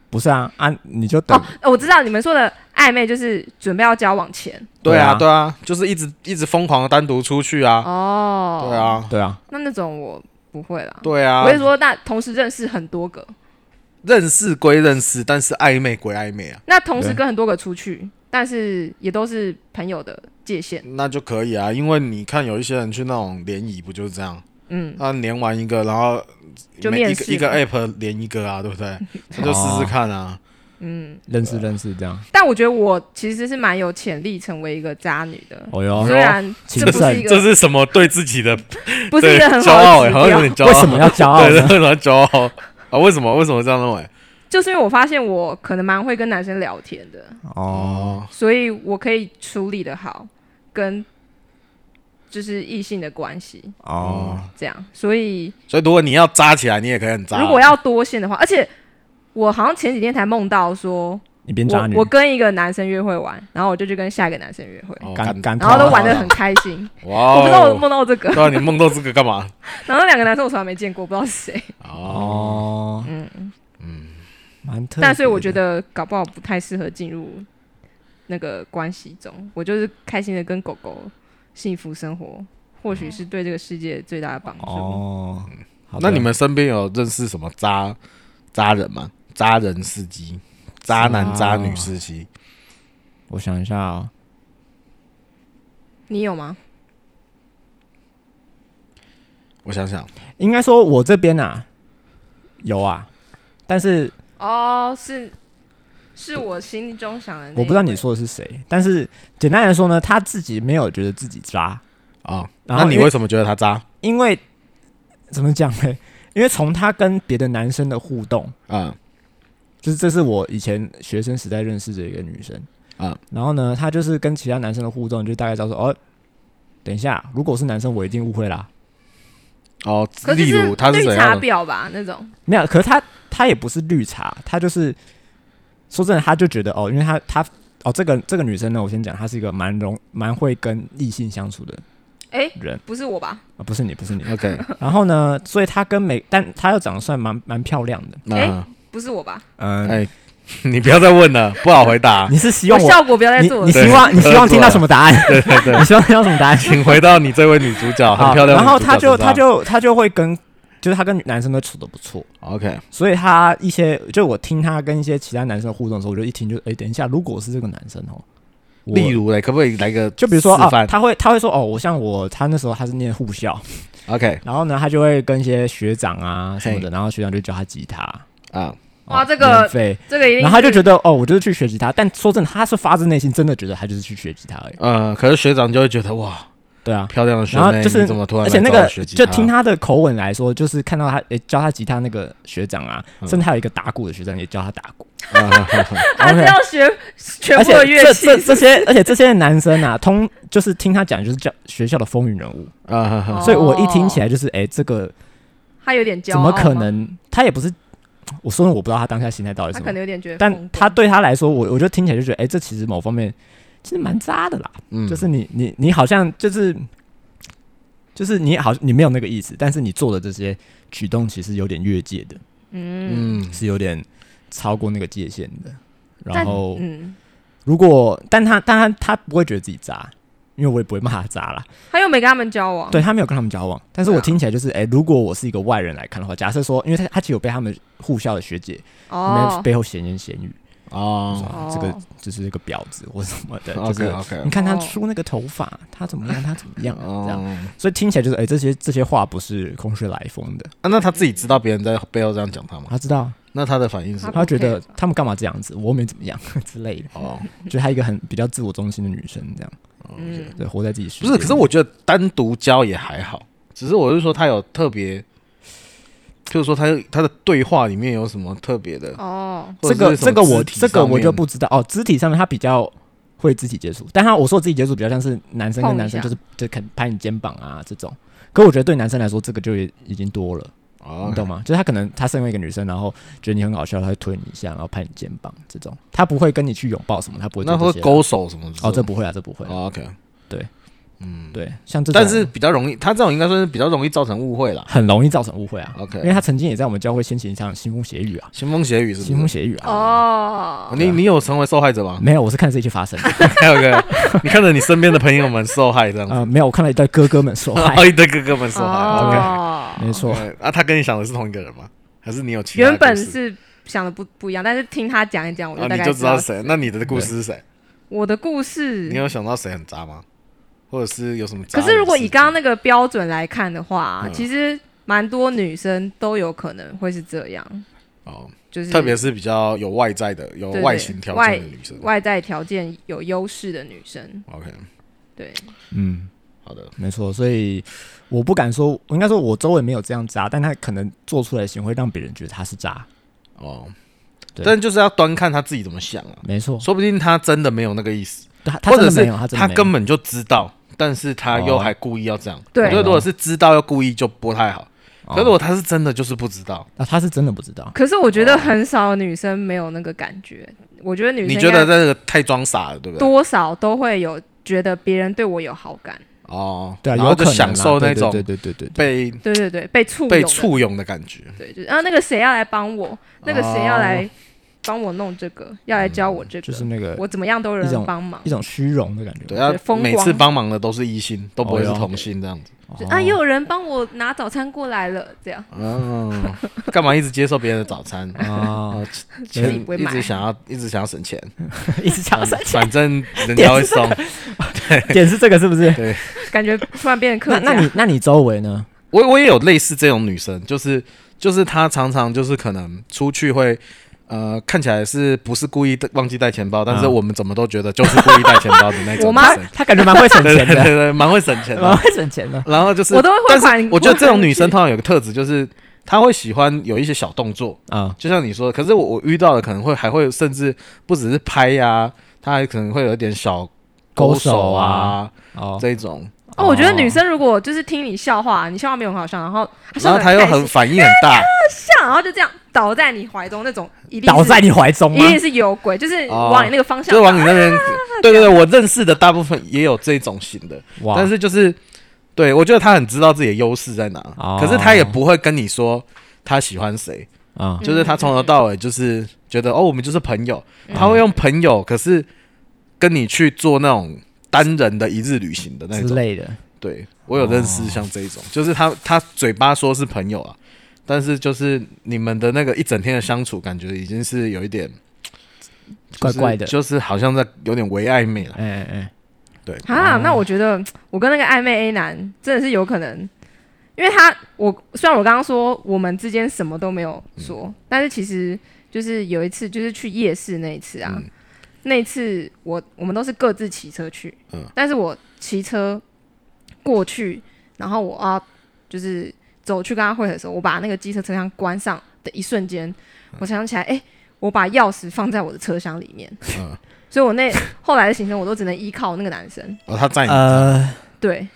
S1: 不是啊啊，你就等
S3: 哦，呃我知道你们说的暧昧就是准备要交往前
S2: 对啊，
S1: 对
S2: 对啊，就是一直一直疯狂的单独出去啊。
S3: 哦，
S2: 对，啊，
S1: 对啊，
S3: 那那种我不会啦，
S2: 对啊
S3: 我。是说那同时认识很多个，
S2: 认识归认识，但是暧昧归暧昧啊，
S3: 那同时
S1: 对
S3: 跟很多个出去，但是也都是朋友的界限，
S2: 那就可以啊。因为你看有一些人去那种联谊，不就是这样？
S3: 嗯，
S2: 他连完一个，然后
S3: 就
S2: 每一
S3: 面
S2: 个
S3: 试
S2: 一个
S3: 嘛
S2: app 连一个啊，对不对？那就试试看啊。
S1: 认识认识这样。
S3: 嗯但我觉得我其实是蛮有潜力成为一个渣女的。
S1: 哦哟
S3: 虽，然这不是一个
S2: 是什么对自己的
S3: [LAUGHS] 不是一个很
S2: 骄
S3: 好
S2: 傲
S3: 的
S2: 欸，
S3: 指
S2: 好像有
S3: 标，
S2: 点骄
S1: [LAUGHS]
S2: 傲。
S1: 为什么要骄傲
S2: 对，
S1: 呢？
S2: 对，很骄傲啊！为什么为什么这样认为？
S3: 就是因为我发现我可能蛮会跟男生聊天
S2: [LAUGHS]
S3: 的，
S1: 哦，
S3: 所以我可以处理的好跟就是异性的关系
S1: 哦，
S3: 这样。所以
S2: 所以如果你要扎起来，你也可以很扎。
S3: 如果要多线的话，而且我好像前几天才梦到说，
S1: 你变渣
S3: 我
S1: 女
S3: 我，跟一个男生约会完，然后我就去跟下一个男生约会，
S2: 哦
S1: 干
S2: 干
S1: 干
S3: 然后都
S1: 透了
S3: 玩的很开心。
S2: 哇
S3: 我
S2: 哦，
S3: 不知道我梦到这个，
S2: 对啊，你梦到这个干嘛？
S3: 然后那两个男生我从来没见过，不知道是谁。
S1: 哦，
S2: 哦，
S3: 嗯，
S1: 蛮特别的。
S3: 但所以我觉得搞不好不太适合进入那个关系中。我就是开心的跟狗狗幸福生活，或许是对这个世界最大的帮助。
S1: 哦，好的
S2: 那你们身边有认识什么渣渣人吗？渣人司机、渣男、
S1: 是
S2: 渣
S1: 啊
S2: 女司机，
S1: 我想一下哦，
S3: 你有吗？
S2: 我想想，
S1: 应该说我这边啊有啊，但是
S3: 哦，是，是我心中想的。
S1: 我不知道你，说的是谁，但是简单来说呢，他自己没有觉得自己渣，
S2: 啊，
S1: 然
S2: 那
S1: 后
S2: 你
S1: 因为
S2: 为什么觉得他渣
S1: 因为怎么讲呢？因为从他跟别的男生的互动，
S2: 啊？
S1: 就是这是我以前学生时代认识的一个女生
S2: 啊，
S1: 然后呢，她就是跟其他男生的互动，就大概知道说哦，等一下，如果我是男生，我一定误会啦。
S2: 哦
S3: 可，是
S2: 例如他是
S3: 绿
S2: 怎
S3: 茶
S2: 样的？
S3: 婊吧那种。
S1: 没有，可是她她也不是绿茶，她就是说真的，她就觉得哦，因为她她哦，这个这个女生呢，我先讲，她是一个蛮容蛮会跟异性相处的
S3: 哎，
S1: 人
S3: 不是我吧？
S1: 啊，不是你，不是你。
S3: [LAUGHS]
S2: OK，
S1: 然后呢，所以她跟每，但她又长得算蛮蛮漂亮
S2: [LAUGHS]
S1: 的。
S2: 那
S3: 不是我吧？
S1: 嗯、
S2: 哎， [LAUGHS] 你不要再问了，不好回
S3: [LAUGHS]
S2: 答，
S1: 你是希
S3: 我
S1: 望我
S3: 效果不要再
S1: 你
S3: 做
S1: 你
S3: 了。
S1: 希望你希望听到什么答案？
S2: 对对对，
S1: 你希望听到什么答案？
S2: 请回到你这位女主角，哦很
S1: 好
S2: 漂亮的
S1: 然后
S2: 女主
S1: 她
S2: 角
S1: 就
S2: 身上
S1: 她就她就会跟，就是她跟男生都处的不错。
S2: OK，
S1: 所以她一些，就我听她跟一些其他男生互动的时候，我就一听就，哎、等一下，如果是这个男生哦，我
S2: 例如嘞，可不可以来个
S1: 就比如说
S2: 示
S1: 啊，
S2: 范
S1: 他会他会说哦，我像我他那时候他是念护校，
S2: ？OK
S1: 然后呢，他就会跟一些学长啊什么的，然后学长就教他吉他。
S2: 啊，
S3: 哇
S1: 哦
S3: 这个
S1: 免费，
S3: 这个一定是，
S1: 然后他
S3: [LAUGHS]
S1: 就觉得哦，我就是去学吉他。但说真的，他是发自内心真的觉得他就是去学吉他而已。
S2: 呃，可是学长就会觉得哇，
S1: 对啊，
S2: 漂亮的学
S1: 然后
S2: 妹，
S1: 就是
S2: 你怎么突然
S1: 而
S2: 来
S1: 且那
S2: 找我
S1: 个
S2: 学吉
S1: 就
S2: 他
S1: 听他的口吻来说，就是看到他诶教他吉他那个学长啊，
S2: 嗯
S1: 甚至还有一个打鼓的学长也教他打鼓。
S2: [LAUGHS] 啊哈哈哈
S3: 他是
S1: OK
S3: 要学全 [LAUGHS]
S1: 而
S3: 部
S1: 且
S3: 的乐
S1: 这
S3: 器，
S1: 这这些，而且这些男生啊，通就是听他讲，就是叫学校的风云人物。
S2: 啊哈哈
S3: 哦
S1: 所以我一听起来就是，诶，这个
S3: [LAUGHS] 他有点骄
S1: 怎
S3: 傲
S1: 么
S3: 吗，
S1: 可能？他也不是，我说真的我不知道他当下心态到底是
S3: 他
S1: 什
S3: 可能
S1: 么，
S3: 有点觉得疯
S1: 但
S3: 狂，
S1: 他对他来说，我我就听起来就觉得，哎、这其实某方面其实蛮渣的啦，
S2: 嗯
S1: 就是你你你好像就是就是你好你没有那个意思，但是你做的这些举动其实有点越界的，
S3: 嗯，
S2: 嗯
S1: 是有点超过那个界限的。然
S3: 但
S1: 后
S3: 嗯，
S1: 如果，但他但他他不会觉得自己渣。因为我也不会骂他渣啦，
S3: 他又没跟他们交往，
S1: 对他没有跟他们交往，但是我
S3: 哦对啊
S1: 听起来就是，哎、如果我是一个外人来看的话，假设说，因为他他其实有被他们护校的学姐里面
S3: 哦，
S1: 背后闲言闲语，
S2: 哦
S1: 啊
S3: 哦
S1: 这个就是一个婊子或什么的，就
S2: ，OK
S1: 是
S2: OK，
S1: 你看他
S3: 哦
S1: 梳那个头发，他怎么样，他怎么样，这样，
S2: 哦，
S1: 所以听起来就是，哎，这些这些话不是空穴来风的，
S2: 啊那他自己知道别人在背后这样讲他吗？
S1: 他知道，
S2: 那他的反应是
S1: [LAUGHS]
S2: 什么
S1: 他觉得
S3: OK 吧
S1: 他们干嘛这样子，我又没怎么样 [LAUGHS] 之类的，
S2: 哦，
S1: 就他一个很比较自我中心的女生这样，
S3: 嗯，
S1: 对，活在自己世
S2: 不
S1: 界里。
S2: 是，可是我觉得单独教也还好，只是我是说他有特别，就是说他他的对话里面有什么特别的，
S3: 哦，
S2: 或
S1: 这
S2: 者
S1: 个
S2: 是什
S1: 这
S2: 么
S1: 个我
S2: 肢体
S1: 这个
S2: 上
S1: 我就
S2: 面
S1: 不知道哦，肢体上面他比较。会肢体接触，但他我说的肢体接触比较像是男生跟
S3: 碰一
S1: 男生，就
S3: 下
S1: 是就肯拍你肩膀啊这种。可我觉得对男生来说，这个就也已经多了。
S2: 哦
S1: 你懂吗？就是她可能她身为一个女生，然后觉得你很搞笑，她会推你一下，然后拍你肩膀这种，她不会跟你去拥抱什么，她不会做
S2: 那会
S1: 这些啊。
S2: 勾手什么之类的？
S1: 哦，这不会啊，这不会。
S2: 哦 OK，
S1: 对，
S2: 嗯，
S1: 对，像这种，
S2: 但是比较容易，他这种应该算是比较容易造成误会啦。
S1: 很容易造成误会啊。
S2: OK
S1: 因为她曾经也在我们教会掀起一场腥风血雨啊，
S2: 腥风血雨是
S1: 腥风
S2: 不是？哦
S1: 血雨啊。
S3: 哦，
S2: 你你有成为受害者吗？
S1: 没有，我是看这一切发生的。
S2: 还有个，你看着你身边的朋友们受害这样 [LAUGHS] 子，
S1: 呃，没有，我看到一对哥哥们
S2: [LAUGHS]
S1: 受害
S2: 哦，，一堆哥哥们受害。
S3: 哦
S1: 没错
S2: OK，。对啊，他跟你想的是同一个人吗？还是你有其他的
S3: 原本
S2: 故事，
S3: 是想的不不一样，但是听他讲一讲，我
S2: 然后啊
S3: 就大
S2: 你
S3: 概
S2: 就知道
S3: 道
S2: 是谁？那你的故事是谁？
S3: 我的故事
S2: 你。有想到谁很渣吗？或者是有什么渣
S3: 可
S2: 的事情？
S3: 是如果以刚刚那个标准来看的话，
S2: 嗯
S3: 其实蛮多女生都有可能会是这样，
S2: 哦，
S3: 就是
S2: 特别是比较有外在的、有
S3: 对对
S2: 外形条件的女生。
S3: 外在条件有优势的女生，
S2: OK，
S3: 对，
S2: 哦
S1: 嗯，
S2: 好的，
S1: 没错。所以我不敢说，我应该说我周围没有这样渣，但她可能做出来的行为让别人觉得她是渣。
S2: 哦，
S1: 对
S2: 但就是要端看他自己怎么想啊，
S1: 没错，
S2: 说不定他真的没有那个意思。
S1: 她她
S2: 或
S1: 真
S2: 者
S1: 的
S2: 是
S1: 没有，她真的
S2: 他
S1: 没有
S2: 根本就知道，但是他又
S1: 哦
S2: 还故意要这样。
S3: 对
S2: 我觉得如果是知道又故意就不太好。
S1: 哦
S2: 可是如果他是真的就是不知道，
S1: 啊，她是真的不知道。
S3: 可是我觉得很少女生没有那个感觉，我觉得女生
S2: 你觉得
S3: 应该
S2: 这个太装傻了，对不对？
S3: 多少都会有觉得别人对我有好感，
S2: 哦，
S1: 对啊，
S2: 然后
S1: 有可
S2: 就
S1: 能啊
S2: 享受那
S1: 对对
S2: 种
S1: 对对对对对
S2: 被
S3: 对对对，被触
S2: 被
S3: 动的
S2: 簇拥的感觉。
S3: 对，就是啊，那个谁要来帮我，那个谁要来帮我弄这个，要来教我这
S1: 哦嗯就
S3: 个
S1: 是，那个
S3: 我怎么样都
S1: 一
S3: 有
S1: 种
S3: 人帮忙
S1: 一。种虚荣的感觉。
S2: 对啊
S3: 对，风
S2: 每次
S3: 光
S2: 帮忙的都是异性，都不
S1: 哦
S2: 会是
S1: 哟
S2: 同性这样子。
S1: 哦
S3: 就啊，又有人帮我拿早餐过来了，这样
S2: 哦，干嘛一直接受别人的
S1: [LAUGHS]
S2: 早餐？ [LAUGHS]
S1: 啊，
S2: 钱
S3: 己不会
S2: 一
S3: 买
S2: 直想要，一直想要省钱，
S1: 一直抢三
S2: 反正人家会送。
S1: 点是这个是不是？
S3: 感觉突然变得
S1: 那
S3: 客
S1: 那
S3: 家。
S1: 你那你周围呢？
S2: 我我也有类似这种女生，就是就是她常常就是可能出去会。呃，看起来是不是故意的忘记带钱包？但是
S1: 嗯
S2: 我们怎么都觉得就是故意带钱包的那种
S3: 我妈
S1: 他
S2: 女生。
S1: 他感觉蛮会省
S2: 对对
S1: 钱
S2: 对
S1: 的，嗯
S2: 对，蛮会省钱
S1: 蛮
S2: 的。
S1: 会省钱的。
S2: 然后就是
S3: 我都会汇
S2: 但是
S3: 款
S2: 我觉得这种女生
S3: 汇款去
S2: 通常有个特质，就是她会喜欢有一些小动作，
S1: 啊，
S2: 就像你说的。可是我我遇到的可能会还会甚至不只是拍呀、她还可能会有一点小
S1: 勾
S2: 手
S1: 手
S2: 啊
S1: 哦，
S2: 这一种。
S3: 哦，我觉得女生如果就是听你笑话，你笑话没有很好笑，然后她
S2: 然
S3: 笑
S2: 后
S3: 得
S2: 他又
S3: 开心
S2: 很反应很大，
S3: 笑，然后就这样倒在你怀中那种，一定是
S1: 倒在你怀中
S3: 一
S1: 吗？
S3: 定是有鬼，就是
S2: 哦
S3: 往你那个方
S2: 就
S3: 向
S2: 是
S3: 倒，
S2: 往你那边。
S1: 啊
S2: 对对对，我认识的大部分也有这种型的，
S1: 哇，
S2: 但是就是，对我觉得他很知道自己的优势在哪，
S1: 哦
S2: 可是他也不会跟你说他喜欢谁，
S1: 啊、
S2: 就是他从头到尾就是觉得哦，我们就是朋友，
S3: 嗯
S2: 他会用朋友，可是跟你去做那种单人的一日旅行的那
S1: 之
S2: 种。
S1: 类哦的，
S2: 对我有认识像这一种，就是他他嘴巴说是朋友啊，但是就是你们的那个一整天的相处，感觉已经是有一点
S1: 怪怪的。
S2: 就是就是好像在有点为暧昧了。
S1: 哎哎哎，
S2: 对，
S3: 啊，那我觉得我跟那个暧昧 A 男真的是有可能，因为他我虽然我刚刚说我们之间什么都没有说，
S2: 嗯
S3: 但是其实就是有一次就是去夜市那一次啊，
S2: 嗯
S3: 那一次我我们都是各自骑车去，
S2: 嗯
S3: 但是我骑车过去，然后我要就是走去跟他会合的时候，我把那个机车车厢关上的一瞬间，我想起来，哎、我把钥匙放在我的车厢里面，
S2: 嗯
S3: 所以我那后来的行程我都只能依靠那个男生。
S2: 哦，他在你
S1: 呃，
S3: 对，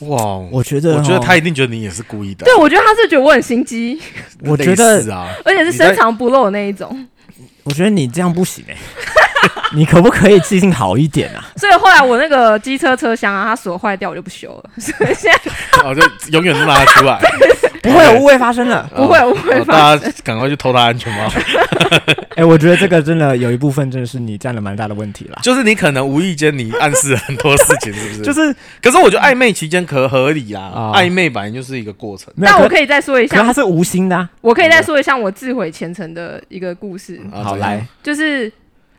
S2: 哇，
S1: 我觉得，哦
S2: 我觉得他，一定觉得你也是故意的
S3: 对，，我觉得他是觉得我很
S1: [LAUGHS]
S3: 心机，
S1: 我觉
S2: 类
S1: 得，
S2: 似啊，
S3: 而且是深藏不露的那一种。
S1: 我觉得你这样不行哎、 [LAUGHS] 你可不可以记性好一点
S2: [LAUGHS]
S1: 啊？
S3: 所以后来我那个机车车厢啊，它锁坏掉，我就不修了。 [LAUGHS] 所以现在
S2: 我 [LAUGHS] 哦就永远都拿它
S3: [LAUGHS]
S2: 出来，
S1: 不会有误会发生了。
S3: 不会
S2: 哦
S3: 不会
S2: 哦
S3: 发
S2: 大家赶快去偷他安全
S1: [LAUGHS]
S2: 帽。
S1: 哎、我觉得这个真的有一部分真的是你占了蛮大的问题啦。
S2: 就是你可能无意间你暗示了很多事情，是不
S1: [LAUGHS]
S2: 是？，
S1: 就是是
S2: 可是我觉得暧昧期间可合理啦，
S1: 啊
S2: 暧昧本来就是一个过程
S1: 没有，
S3: 但我
S1: 可
S3: 可以再说一
S1: 可是他
S3: 下，
S1: 是无心的、啊。
S3: 我可以再说一下我自毁前程的一个故事，
S2: 啊。
S1: 嗯好
S2: 怎样
S1: 来
S3: 就是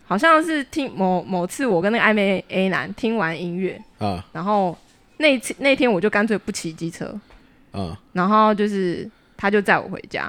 S3: 好像是听某某次我跟那个暧昧 A 男听完音乐，
S2: 啊
S3: 然后那一次那天我就干脆不骑机车，
S2: 啊
S3: 然后就是他就载我回家，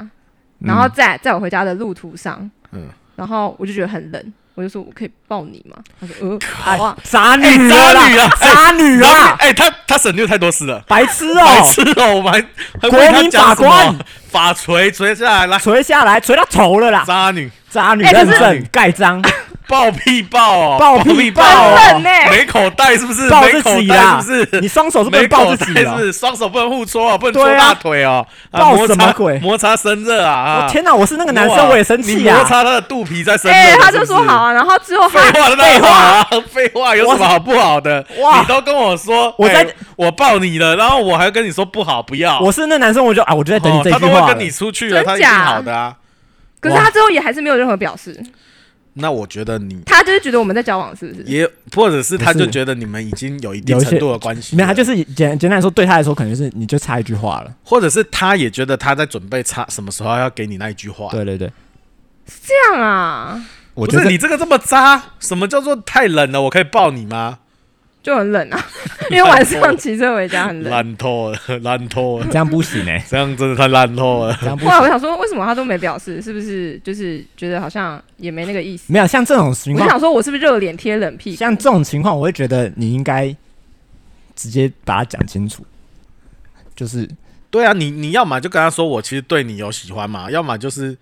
S1: 嗯
S3: 然后在在我回家的路途上，
S2: 嗯
S3: 然后我就觉得很冷，我就说我可以抱你吗？他
S2: [LAUGHS]
S3: 说呃，好啊，
S1: 渣女
S2: 哎
S1: 了啦
S2: 渣女啊
S1: [LAUGHS] 渣女
S2: 然后
S1: 啊，
S2: 哎，他他省略太多事了，
S1: 白痴
S2: 白
S1: 哦、
S2: 痴哦，我们还还
S1: 国
S2: 为他
S1: 民
S2: 讲
S1: 法
S2: 什么
S1: 官
S2: 法锤锤下来来，
S1: 垂下来，垂到头了啦！
S2: 渣女
S1: 渣女
S3: 哎可
S1: 认
S3: 是
S1: 证盖
S2: [LAUGHS]
S1: 章，
S2: 爆屁爆哦，
S1: 爆屁
S2: 屁
S1: 爆
S2: 爆
S1: 哦
S3: 很冷欸
S2: 没口袋是不是？
S1: 抱
S2: 没
S1: 自
S2: 口
S1: 己
S2: 袋
S1: 啦！
S2: 是不是？
S1: 你双手是不
S2: 没啊
S1: 能抱
S2: 口
S1: 自己
S2: 袋是不
S1: 的。哦
S2: 是双手不能互搓哦，不能
S1: 对
S2: 搓
S1: 啊
S2: 大腿哦，啊
S1: 抱
S2: 摩
S1: 什
S2: 擦
S1: 么鬼
S2: 摩擦生热啊！啊
S1: 我哦天哪！我是那个男
S2: 哇
S1: 生，我也生气
S2: 你摩
S1: 啊！
S2: 擦他的肚皮在生热
S3: 哎、
S2: 了，
S3: 他
S2: 是
S3: 就
S2: 不
S3: 说
S2: 是
S3: 好啊，然后之后他
S2: 废话，废话啊，废话，有什么好不好的？
S1: 哇
S2: 你都跟我说，
S1: 我在
S2: 哎我抱你了，然后我还跟你说不好，不要。
S1: 我是那男生，我就啊，我就在等你
S2: 哦
S1: 这
S2: 他
S1: 句
S2: 都
S1: 话
S2: 会
S1: 了
S2: 跟你出去了，
S3: 真
S2: 他一定
S3: 假
S2: 好的啊。
S3: 可是他之后也还是没有任何
S2: [LAUGHS]
S3: 表示，
S2: 那我觉得你
S3: 他就是觉得我们在交往，是不是？
S2: 也，或者是他
S1: 不
S2: 就是觉得你们已经有一定
S1: 有一些
S2: 程度的关系了，
S1: 没有，他就是简简单来说，对他来说，可能是你就差一句话了。
S2: 或者是他也觉得他在准备差什么时候要给你那一句话。
S1: 对对对，
S3: 这样啊，
S1: 我
S2: 不
S1: 觉
S2: 是
S1: 得
S2: 你这个这么渣，什么叫做太冷了？我可以抱你吗？
S3: 就很
S2: [LAUGHS]
S3: 冷啊，因为晚上骑车回家很冷。
S2: 烂透了， [LAUGHS] 烂透了，
S1: 这样不行
S2: [LAUGHS]
S1: 哎，
S2: 这样真的太烂透了。
S1: 这样不
S3: 后来我
S1: 行。
S3: 想说，为什么他都没表示？是不是就是觉得好像也没那个意思？
S1: 没有像这种情
S3: 我就
S1: 况，
S3: 想说，我是不是热脸贴冷屁股？
S1: 像这种情况，我会觉得你应该直接把它讲清楚，就是
S2: [LAUGHS] 对啊，你你要么就跟他说我其实对你有喜欢嘛，要么就是，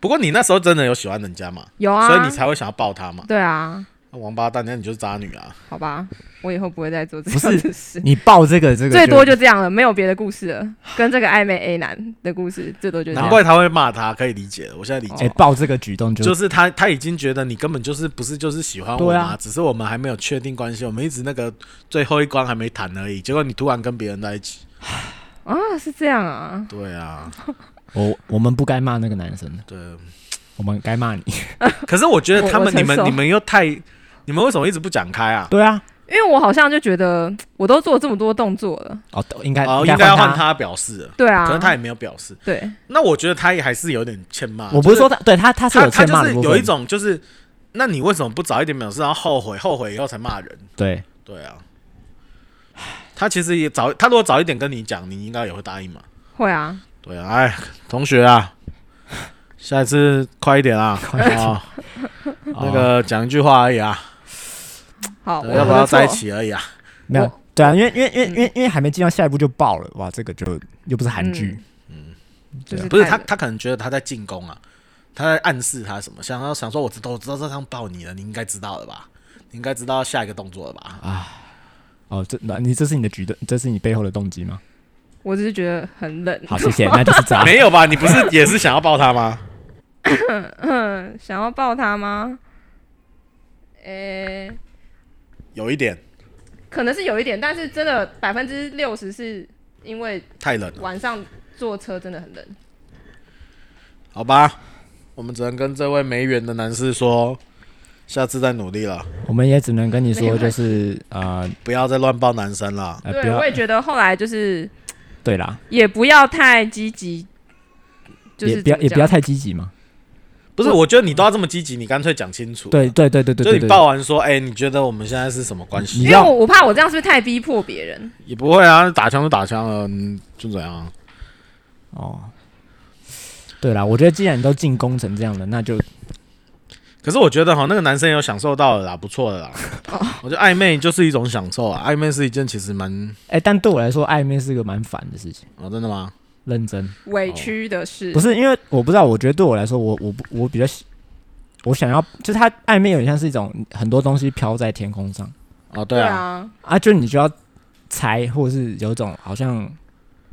S2: 不过你那时候真的有喜欢人家嘛，
S3: 有啊，
S2: 所以你才会想要抱他嘛。
S3: 对啊，
S2: 那王八蛋，那你就是渣女啊！
S3: 好吧，我以后不会再做这
S1: 不是
S3: 样的事。
S1: 你报这个这个
S3: 最多就这样了，没有别的故事了。跟这个暧昧 A 男的故事最多就这
S2: 难
S3: 样。
S2: 怪他会骂他，可以理解，我现在理解。
S1: 哎报这个举动就
S2: 就是他，他已经觉得你根本就是不是就是喜欢我
S1: 对
S2: 嘛，
S1: 啊
S2: 只是我们还没有确定关系，我们一直那个最后一关还没谈而已。结果你突然跟别人在一起，
S3: 啊，是这样啊。
S2: 对啊，
S1: 我我们不该骂那个男生的，
S2: 对。
S1: [LAUGHS] 我们该
S2: [LAUGHS]
S1: 骂你。
S2: 可是我觉得他
S3: 我我
S2: 们
S3: 承
S2: 你们
S3: 受
S2: 你们又太，你们为什么一直不讲开啊？
S1: 对啊，
S3: 因为我好像就觉得我都做这么多动作了，
S1: 哦，都应该
S2: 哦，应该要
S1: 换
S2: 换。他表示了，
S3: 对啊，
S2: 可是他也没有表示。
S3: 对，
S2: 那我觉得他也还是有点欠骂。
S1: 我不是说他，对他他是
S2: 他
S1: 有
S2: 他
S1: 欠
S2: 就
S1: 骂的
S2: 是
S1: 部分
S2: 有一种就是，那你为什么不早一点表示，然后后悔，后悔以后才骂人？
S1: 对，
S2: 对啊，他其实也早，他如果早一点跟你讲，你应该也会答应嘛。
S3: 会啊，
S2: 对啊，哎，同学啊，下一次快一点啊，啊，那个讲一句话而已啊，
S3: 好，
S2: 对
S3: 我嗯
S2: 要不
S3: 我
S2: 要
S3: 的错
S2: 在一？起而已啊。
S1: 没有对啊，因为因为因为因
S2: 嗯
S1: 为因为还没进到下一步就爆了，哇，这个就又不是韩
S2: 嗯
S1: 剧，
S3: 就是
S2: 啊不是
S3: 太
S2: 他，他可能觉得他在进攻啊，他在暗示他什么，想要想说，我知道，我知道这样抱你了，你应该知道了吧？你应该知道下一个动作了吧？啊，
S1: 哦，这那你这是你的举动，这是你背后的动机吗？
S3: 我只是觉得很冷，
S2: [LAUGHS]
S1: 好，谢谢，那就是这样。
S2: 没有吧？你不是也是想要抱他吗？
S3: 嗯，想要抱他吗？诶、
S2: [LAUGHS] 有一点
S3: 可能是有一点，但是真的百分之六十是因为
S2: 太冷了，
S3: 晚上坐车真的很冷。
S2: 好吧？我们只能跟这位没缘的男士说，下次再努力了，
S1: 我们也只能跟你
S3: 没
S1: 说，
S3: 关
S1: 就是呃
S2: 不要再乱抱男生了。
S1: 呃，不
S3: 对，
S1: 要
S3: 我也觉得后来就是
S1: 对啦，
S3: 也不要太积极，就是
S1: 也不要
S3: 怎
S1: 也
S3: 么
S1: 不要
S3: 讲
S1: 太积极嘛。
S2: 不是，我觉得你都要这么积极，你干脆讲清楚。
S1: 对，对对对对
S2: 就
S1: 对
S2: 你
S1: 对，
S2: 抱完说，哎，你觉得我们现在是什么关系？
S1: 你
S3: 因为我我怕我这样是不是太逼迫别人？
S2: 也不会啊，打枪就打枪了，嗯就怎样啊？
S1: 哦，对啦，我觉得既然你都进攻成这样了，那就
S2: 可是我觉得哈，那个男生也有享受到了啦，不
S1: [LAUGHS]
S2: 错的啦。
S1: 哦
S2: 我觉得暧昧就是一种享受啊，暧昧是一件其实蛮……
S1: 哎，但对我来说，暧昧是个蛮烦的事情。
S2: 哦，真的吗？
S1: 认真
S3: 委屈的事，
S1: 哦不是因为我不知道，我觉得对我来说，我我不我比较喜我想要，就是他暧昧有点像是一种很多东西飘在天空上
S2: 哦，对
S3: 对
S2: 啊，
S3: 啊，
S1: 啊，就你就要猜，或者是有一种好像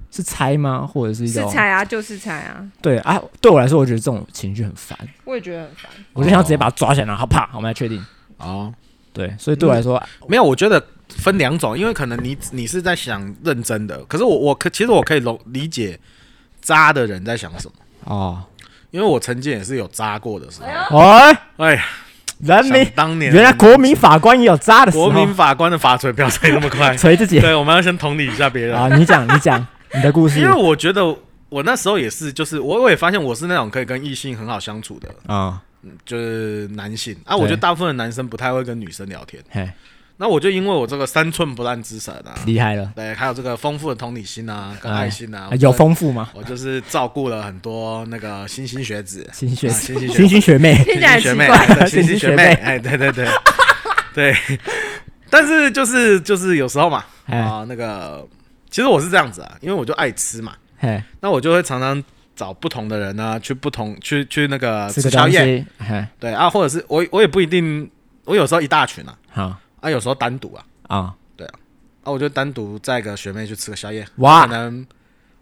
S1: 是猜吗，或者是一
S3: 是
S1: 种
S3: 猜啊，就是猜啊，
S1: 对啊，对我来说，我觉得这种情绪很烦，
S3: 我也觉得很烦。
S1: 我就想要直接把它抓起来，然后啪，我们来确定。
S2: 哦，
S1: 对，啊所以对我来说，
S2: 没有，我觉得分两种，因为可能你你是在想认真的，可是我我可其实我可以理理解渣的人在想什么，
S1: 哦，
S2: 因为我曾经也是有渣过的时候。
S1: 哎，
S2: 哎呀，
S1: 人民
S2: 想当年
S1: 原来国民法官也有渣的时候，
S2: 国，民 [LAUGHS] 法官的法锤不要吹那么快
S1: [LAUGHS] 锤自己
S2: 对，我们要先同理一下别人。
S1: 啊！你讲，你讲你的故
S2: 因
S1: 事
S2: 为我觉得我那时候也是，就是我我也发现我是那种可以跟异性很好相处的，
S1: 啊，
S2: 就是男性啊。
S1: 对
S2: 我觉得大部分的男生不太会跟女生聊天，
S1: 嘿，
S2: 那我就因为我这个三寸不烂之舌啊，
S1: [LAUGHS] 厉害了，
S2: 对，还有这个丰富的同理心啊，跟
S1: 哎
S2: 爱心啊
S1: 啊，有丰富吗？
S2: 我就是照顾了很多那个新兴学子、
S1: 新学
S2: 啊新兴
S1: 新
S2: 学
S1: 兴学妹，
S3: [LAUGHS] 听起来很
S2: 学
S3: 奇
S2: 妹、啊
S3: 怪，
S2: 对
S3: [LAUGHS]
S2: 新兴
S1: 新兴学
S2: 学妹，
S1: 妹
S2: 哎，对对 [LAUGHS] 对对。但是就是就是有时候嘛，
S1: 哎
S2: 啊，那个其实我是这样子啊，因为我就爱吃嘛，
S1: 嘿，
S2: 那我就会常常找不同的人啊，去不同去去那个
S1: 吃
S2: 啊吃
S1: 个
S2: 宵
S1: 东
S2: 夜，
S1: 西，嘿，
S2: 对啊，或者是我我也不一定，我有时候一大群啊，
S1: 好
S2: 啊有时候单独啊，
S1: 啊，
S2: 啊我就单独载个学妹去吃个宵夜，
S1: 哇
S2: 可能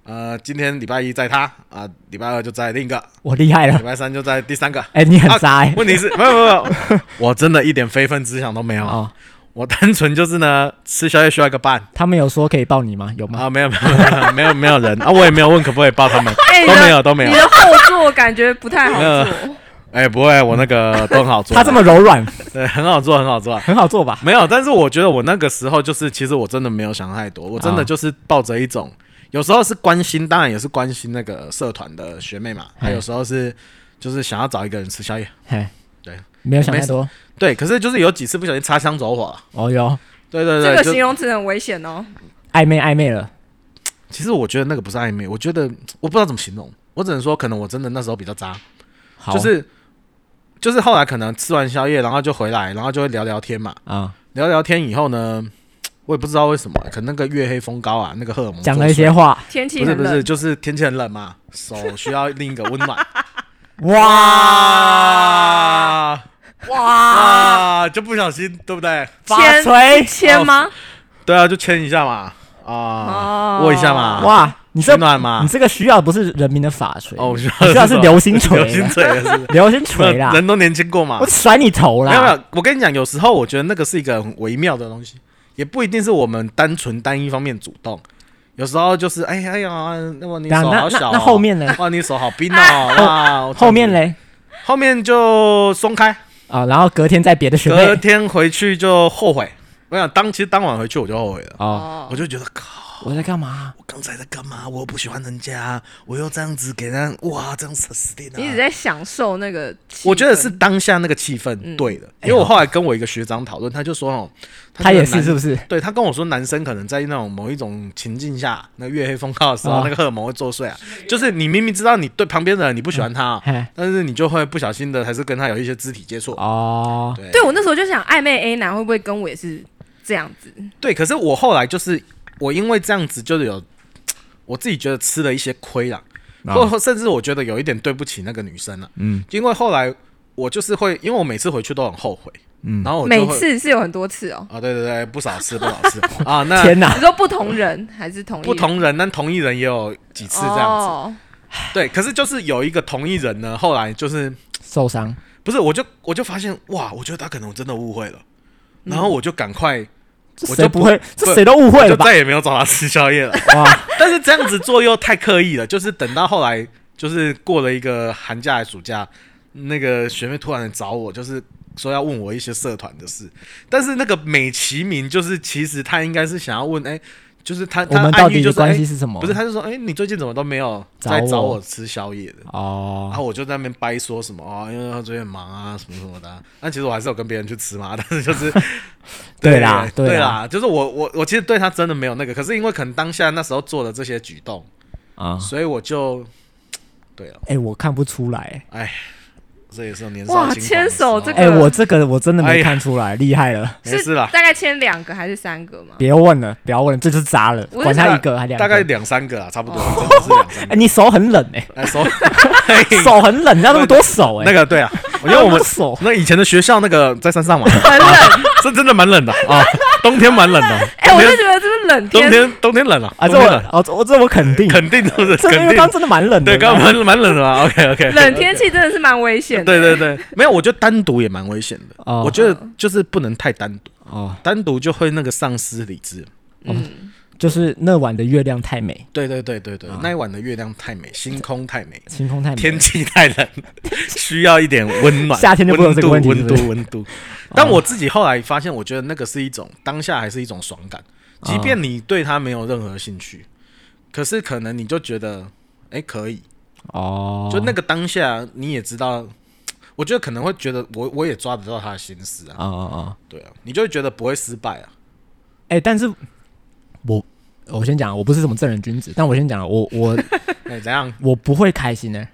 S2: 呃今天礼拜一载她啊，礼拜二就载另一个，
S1: 我厉害
S2: 礼
S1: 了，
S2: 拜三就载第三个。
S1: 哎，你 [LAUGHS] 很渣
S2: 啊
S1: 哎，
S2: 问题是，没有没有，没有
S1: [LAUGHS]
S2: 我真的一点非分之想都没有，啊
S1: 哦，
S2: 我单纯就是呢吃宵夜需要一个伴
S1: 他们有说可以抱你吗？有吗？
S2: 啊，没有没有没有没有没有人啊，我也没有问可不可以抱他们，
S3: 哎
S2: 都没
S3: 你的
S2: 有都没有
S3: 你，的后座感觉不太好坐，
S2: 哎、不会，我那个都很好做，
S1: 他
S2: 啊
S1: 这么柔软，
S2: 对，很好做，很好做。
S1: 很好做吧？
S2: 没有，但是我觉得我那个时候就是，其实我真的没有想太多，我真的
S1: 啊
S2: 就是抱着一种，有时候是关心，当然也是关心那个社团的学妹嘛，还有时候是就是想要找一个人吃宵夜，
S1: 嘿，
S2: 对，
S1: 没有想太多。
S2: 对，可是就是有几次不小心擦枪走火了，
S1: 哦哟，
S2: 对对
S3: 这
S2: 对，
S3: 个
S2: 就
S3: 形容词很危险哦。
S1: 暧昧暧昧了，
S2: 其实我觉得那个不是暧昧，我觉得我不知道怎么形容，我只能说可能我真的那时候比较渣，
S1: 好，
S2: 就是就是后来可能吃完宵夜，然后就回来，然后就会聊聊天嘛，
S1: 啊，
S2: 聊聊天以后呢，我也不知道为什么，可能那个月黑风高啊，那个荷尔蒙
S1: 讲了一
S2: 作
S1: 些话，
S3: 天
S2: 祟，
S3: 气
S2: 不是
S3: 很
S2: 不是，
S3: 冷，
S2: 就是天气很冷嘛，手需要另一个温暖
S1: 哇
S2: 啊
S1: 哇，
S2: 啊，就不小心对不对？
S1: 发
S3: 牵
S1: 锤
S3: 牵吗？
S2: 对啊，就牵一下嘛，啊，
S3: 哦
S2: 握一下嘛，
S1: 哇，你
S2: 取
S1: 这
S2: 暖
S1: 你
S2: 嘛，
S1: 这个需要的不是人民的法锤，
S2: 哦，我需
S1: 你需要
S2: 什
S1: 是
S2: 么
S1: 流星锤
S2: 流星锤是不是
S1: 流星 [LAUGHS] 锤啊啦，
S2: 人都年轻过嘛
S1: 我，甩你头
S2: 没有没
S1: 啦！
S2: 有，我跟你讲，有时候我觉得那个是一个很微妙的东西，也不一定是我们单纯单一方面主动，有时候就是哎哎呀，那么你
S1: 等
S2: 手
S1: 一下那
S2: 好小、
S1: 那
S2: 哦
S1: 那后面呢？
S2: 哇，你手好冰
S1: [LAUGHS]
S2: 哦，哇，
S1: 后面
S2: 嘞，
S1: 嘞
S2: 后面就松开，
S1: 啊，然后隔天再别的学
S2: 隔
S1: 妹
S2: 天回去就后悔。我想当其实当晚回去我就后悔了，
S1: 哦，
S3: 哦
S2: 我，就觉得靠，
S1: 我在干嘛？
S2: 我刚才在干嘛？我又不喜欢人家，我又这样子给人家，哇，这样死死定了。
S3: 你一直在享受那个气氛，
S2: 我觉得是当下那个气氛
S3: 嗯
S2: 对的，因为我后来跟我一个学长讨论，他就说哦，
S1: 哎他也
S2: 觉得
S1: 是
S2: 男
S1: 是不是？
S2: 对他跟我说，男生可能在那种某一种情境下，那月黑风高的时候，
S1: 啊
S2: 那个荷尔蒙会作祟啊。就是你明明知道你对旁边的人你不喜欢他、啊，
S1: 嘿
S2: 但是你就会不小心的还是跟他有一些肢体接触。
S1: 嗯哦，
S2: 对
S3: 对我那时候就想，暧昧 A 男会不会跟我也是这样子？
S2: 对，可是我后来就是我因为这样子就是有我自己觉得吃了一些亏啦，
S1: 啊
S2: 或、或甚至我觉得有一点对不起那个女生了、
S1: 嗯嗯
S2: 因为后来我就是会，因为我每次回去都很后悔，然后我就
S3: 每
S2: 会
S3: 次是有很多次哦。
S2: 啊，对对对，不少次不少次啊，那
S1: 天哪
S3: [LAUGHS] 你，说不同人还是同一
S2: 不同人，但同一人也有几次这样子。
S3: 哦、
S2: 对，可是就是有一个同一人呢，后来就是
S1: 受伤，
S2: 不是，我就我就发现哇，我觉得他可能真的误会了，
S1: 嗯
S2: 然后我就赶快
S1: 这
S2: 我
S1: 谁
S2: 就
S1: 不
S2: 不
S1: 会，这谁都误会
S2: 就
S1: 了吧？
S2: 再也没有找他吃宵夜了。
S1: 哇，
S2: [LAUGHS] 但是这样子做又太刻意了，就是等到后来，就是过了一个寒假还暑假，那个学妹突然找我，就是说要问我一些社团的事，但是那个美其名就是，其实她应该是想要问，哎、就是她
S1: 我
S2: 她
S1: 们到
S2: 暗
S1: 底
S2: 喻就
S1: 的
S2: 是，哎、
S1: 关系是什么？
S2: 不是，她就说，哎、你最近怎么都没有
S1: 找
S2: 在找
S1: 我
S2: 我吃宵夜的？然
S1: 哦，
S2: 后我就在那边掰说什么啊、哦，因为他最近很忙啊，什么什么的啊、但其实我还是有跟别人去吃嘛，但 [LAUGHS] 是就是
S1: [LAUGHS] 对啦
S2: 对
S1: 对啦
S2: 啦，就是我我我其实对他真的没有那个，可是因为可能当下那时候做的这些举动，
S1: 啊，
S2: 所以我就对了，
S1: 哎，我看不出来，
S2: 这也是有年少轻
S3: 哇
S2: 狂的
S3: 牵手
S2: 时候
S3: 这
S1: 哎，
S3: 个
S1: 我这个我真的
S2: 哎
S1: 没
S2: 呀
S1: 看出来，厉害了，
S2: 没事啦，
S3: 大概签两个还是三个嘛？
S1: 别问了，不要问了，这就是渣了，
S3: 我是啊
S1: 管他
S2: 大
S1: 一个还两个，
S2: 大概两三个啊，差不多，
S3: 哦
S2: 真的是两三
S1: 哎，
S2: 个。
S1: 你手很冷哎，
S3: [LAUGHS]
S2: 来手 [LAUGHS]
S1: 手很冷，你要那么多手哎，
S2: 那个对啊，我觉得我
S3: [LAUGHS]
S2: 们
S1: 手
S2: 那以前的学校那个在山上嘛，[LAUGHS]
S3: 很冷，
S2: 是真的蛮冷的啊，冬天蛮冷的，
S3: [LAUGHS] 哎、我就觉得这是冷
S2: 冬
S3: 天，
S2: 天冬天冷了
S1: 啊，这
S2: 冬天冷
S1: 我哦，这我这我肯定，
S2: [LAUGHS] 肯定都是
S1: 这因
S2: 肯
S1: 为
S2: 定
S1: 刚，真的蛮冷的，
S2: 对，刚刚蛮蛮冷的 [LAUGHS] 嘛。OK OK，
S3: [LAUGHS] 冷天气真的是蛮危险的。
S2: 对对对，没有，我觉得单独也蛮危险的。
S1: 哦
S2: 我觉得就是不能太单独，
S1: 哦，
S2: 单独就会那个丧失理智。
S3: 嗯，
S1: 就是那晚的月亮太美，
S2: 对对对对对，那一晚的月亮太美，星空太美，
S1: 星空太美，
S2: 哦 [LAUGHS] 天气太冷， [LAUGHS] 需要一点温暖。
S1: 夏天就不会有
S2: 温
S1: 这个
S2: 度
S1: 问题
S2: 温
S1: 是不
S2: 度温度。但我自己后来发现，我觉得那个是一种当下还是一种爽感，即便你对他没有任何兴趣，可是可能你就觉得，哎，可以。
S1: 哦，
S2: 就那个当下，你也知道，我觉得可能会觉得我我也抓得到他的心思啊，
S1: 啊啊啊，
S2: 对啊，你就会觉得不会失败啊。
S1: 哎，但是我我先讲，我不是什么正人君子，但我先讲，我我
S2: 哎、怎样
S1: 我不会开心呢，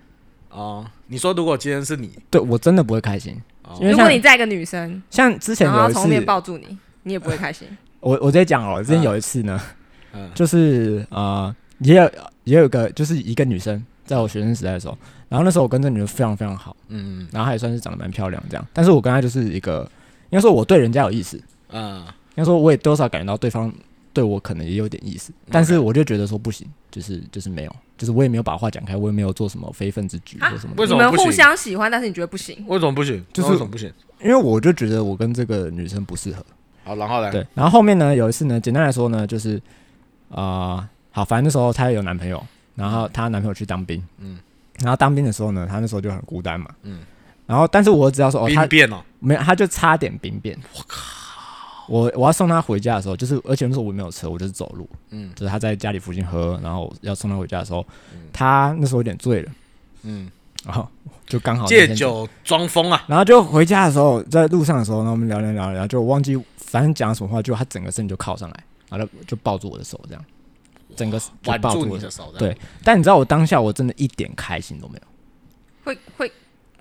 S2: 哦？你说如果今天是你，
S1: 对我真的不会开心，因为
S3: 哦如果你
S1: 像
S3: 在一个女生，
S1: 像之前
S3: 然后
S1: 有
S3: 她
S1: 一
S3: 从后面
S1: 次，
S3: 抱住你，你也不会开心。
S1: 我我直接讲哦，之前有一次呢，
S2: 啊嗯，
S1: 就是呃，也有也有一个就是一个女生，在我学生时代的时候，然后那时候我跟这女生非常非常好。
S2: 嗯
S1: 然后她也算是长得蛮漂亮这样。但是我跟她就是一个，应该说我对人家有意思，应
S2: 啊，
S1: 该说我也多少感觉到对方对我可能也有点意思，但是我就觉得说不行，就是就是没有，就是我也没有把话讲开，我也没有做什么非分之举
S3: 啊
S1: 或什么的，
S2: [LAUGHS] 为
S3: 你
S2: 什
S3: 们
S2: 么不
S3: 互
S2: 行？
S3: 相喜欢，但是你觉得不行，
S2: 为什么不行？
S1: 就是
S2: 那为什么不行？
S1: 因为我就觉得我跟这个女生不适合。
S2: 好，然后呢？
S1: 对，然后后面呢，有一次呢，简单来说呢，就是啊、呃好，反正那时候她有男朋友，然后她男朋友去当兵，嗯
S2: 嗯，
S1: 然后当兵的时候呢，她那时候就很孤单嘛，嗯
S2: 嗯，
S1: 然后但是我只要说哦，她
S2: 兵变哦，
S1: 没有，他就差点兵变。我靠！我我要送他回家的时候，就是而且那时候我没有车，我就是走路。
S2: 嗯
S1: 就是他在家里附近喝，然后我要送他回家的时候，他那时候有点醉了，
S2: 嗯，
S1: 然后就刚好那
S2: 借
S1: 天。
S2: 酒装疯啊，
S1: 然后就回家的时候，在路上的时候，然后我们聊聊聊聊，就我忘记反正讲什么话，就他整个身体就靠上来，然后就抱住我的手，这样，整个就
S2: 挽
S1: 抱
S2: 住
S1: 住我
S2: 你
S1: 的
S2: 的
S1: 手。
S2: 手，
S1: 对，但你知道我当下我真的一点开心都没有，
S3: 会会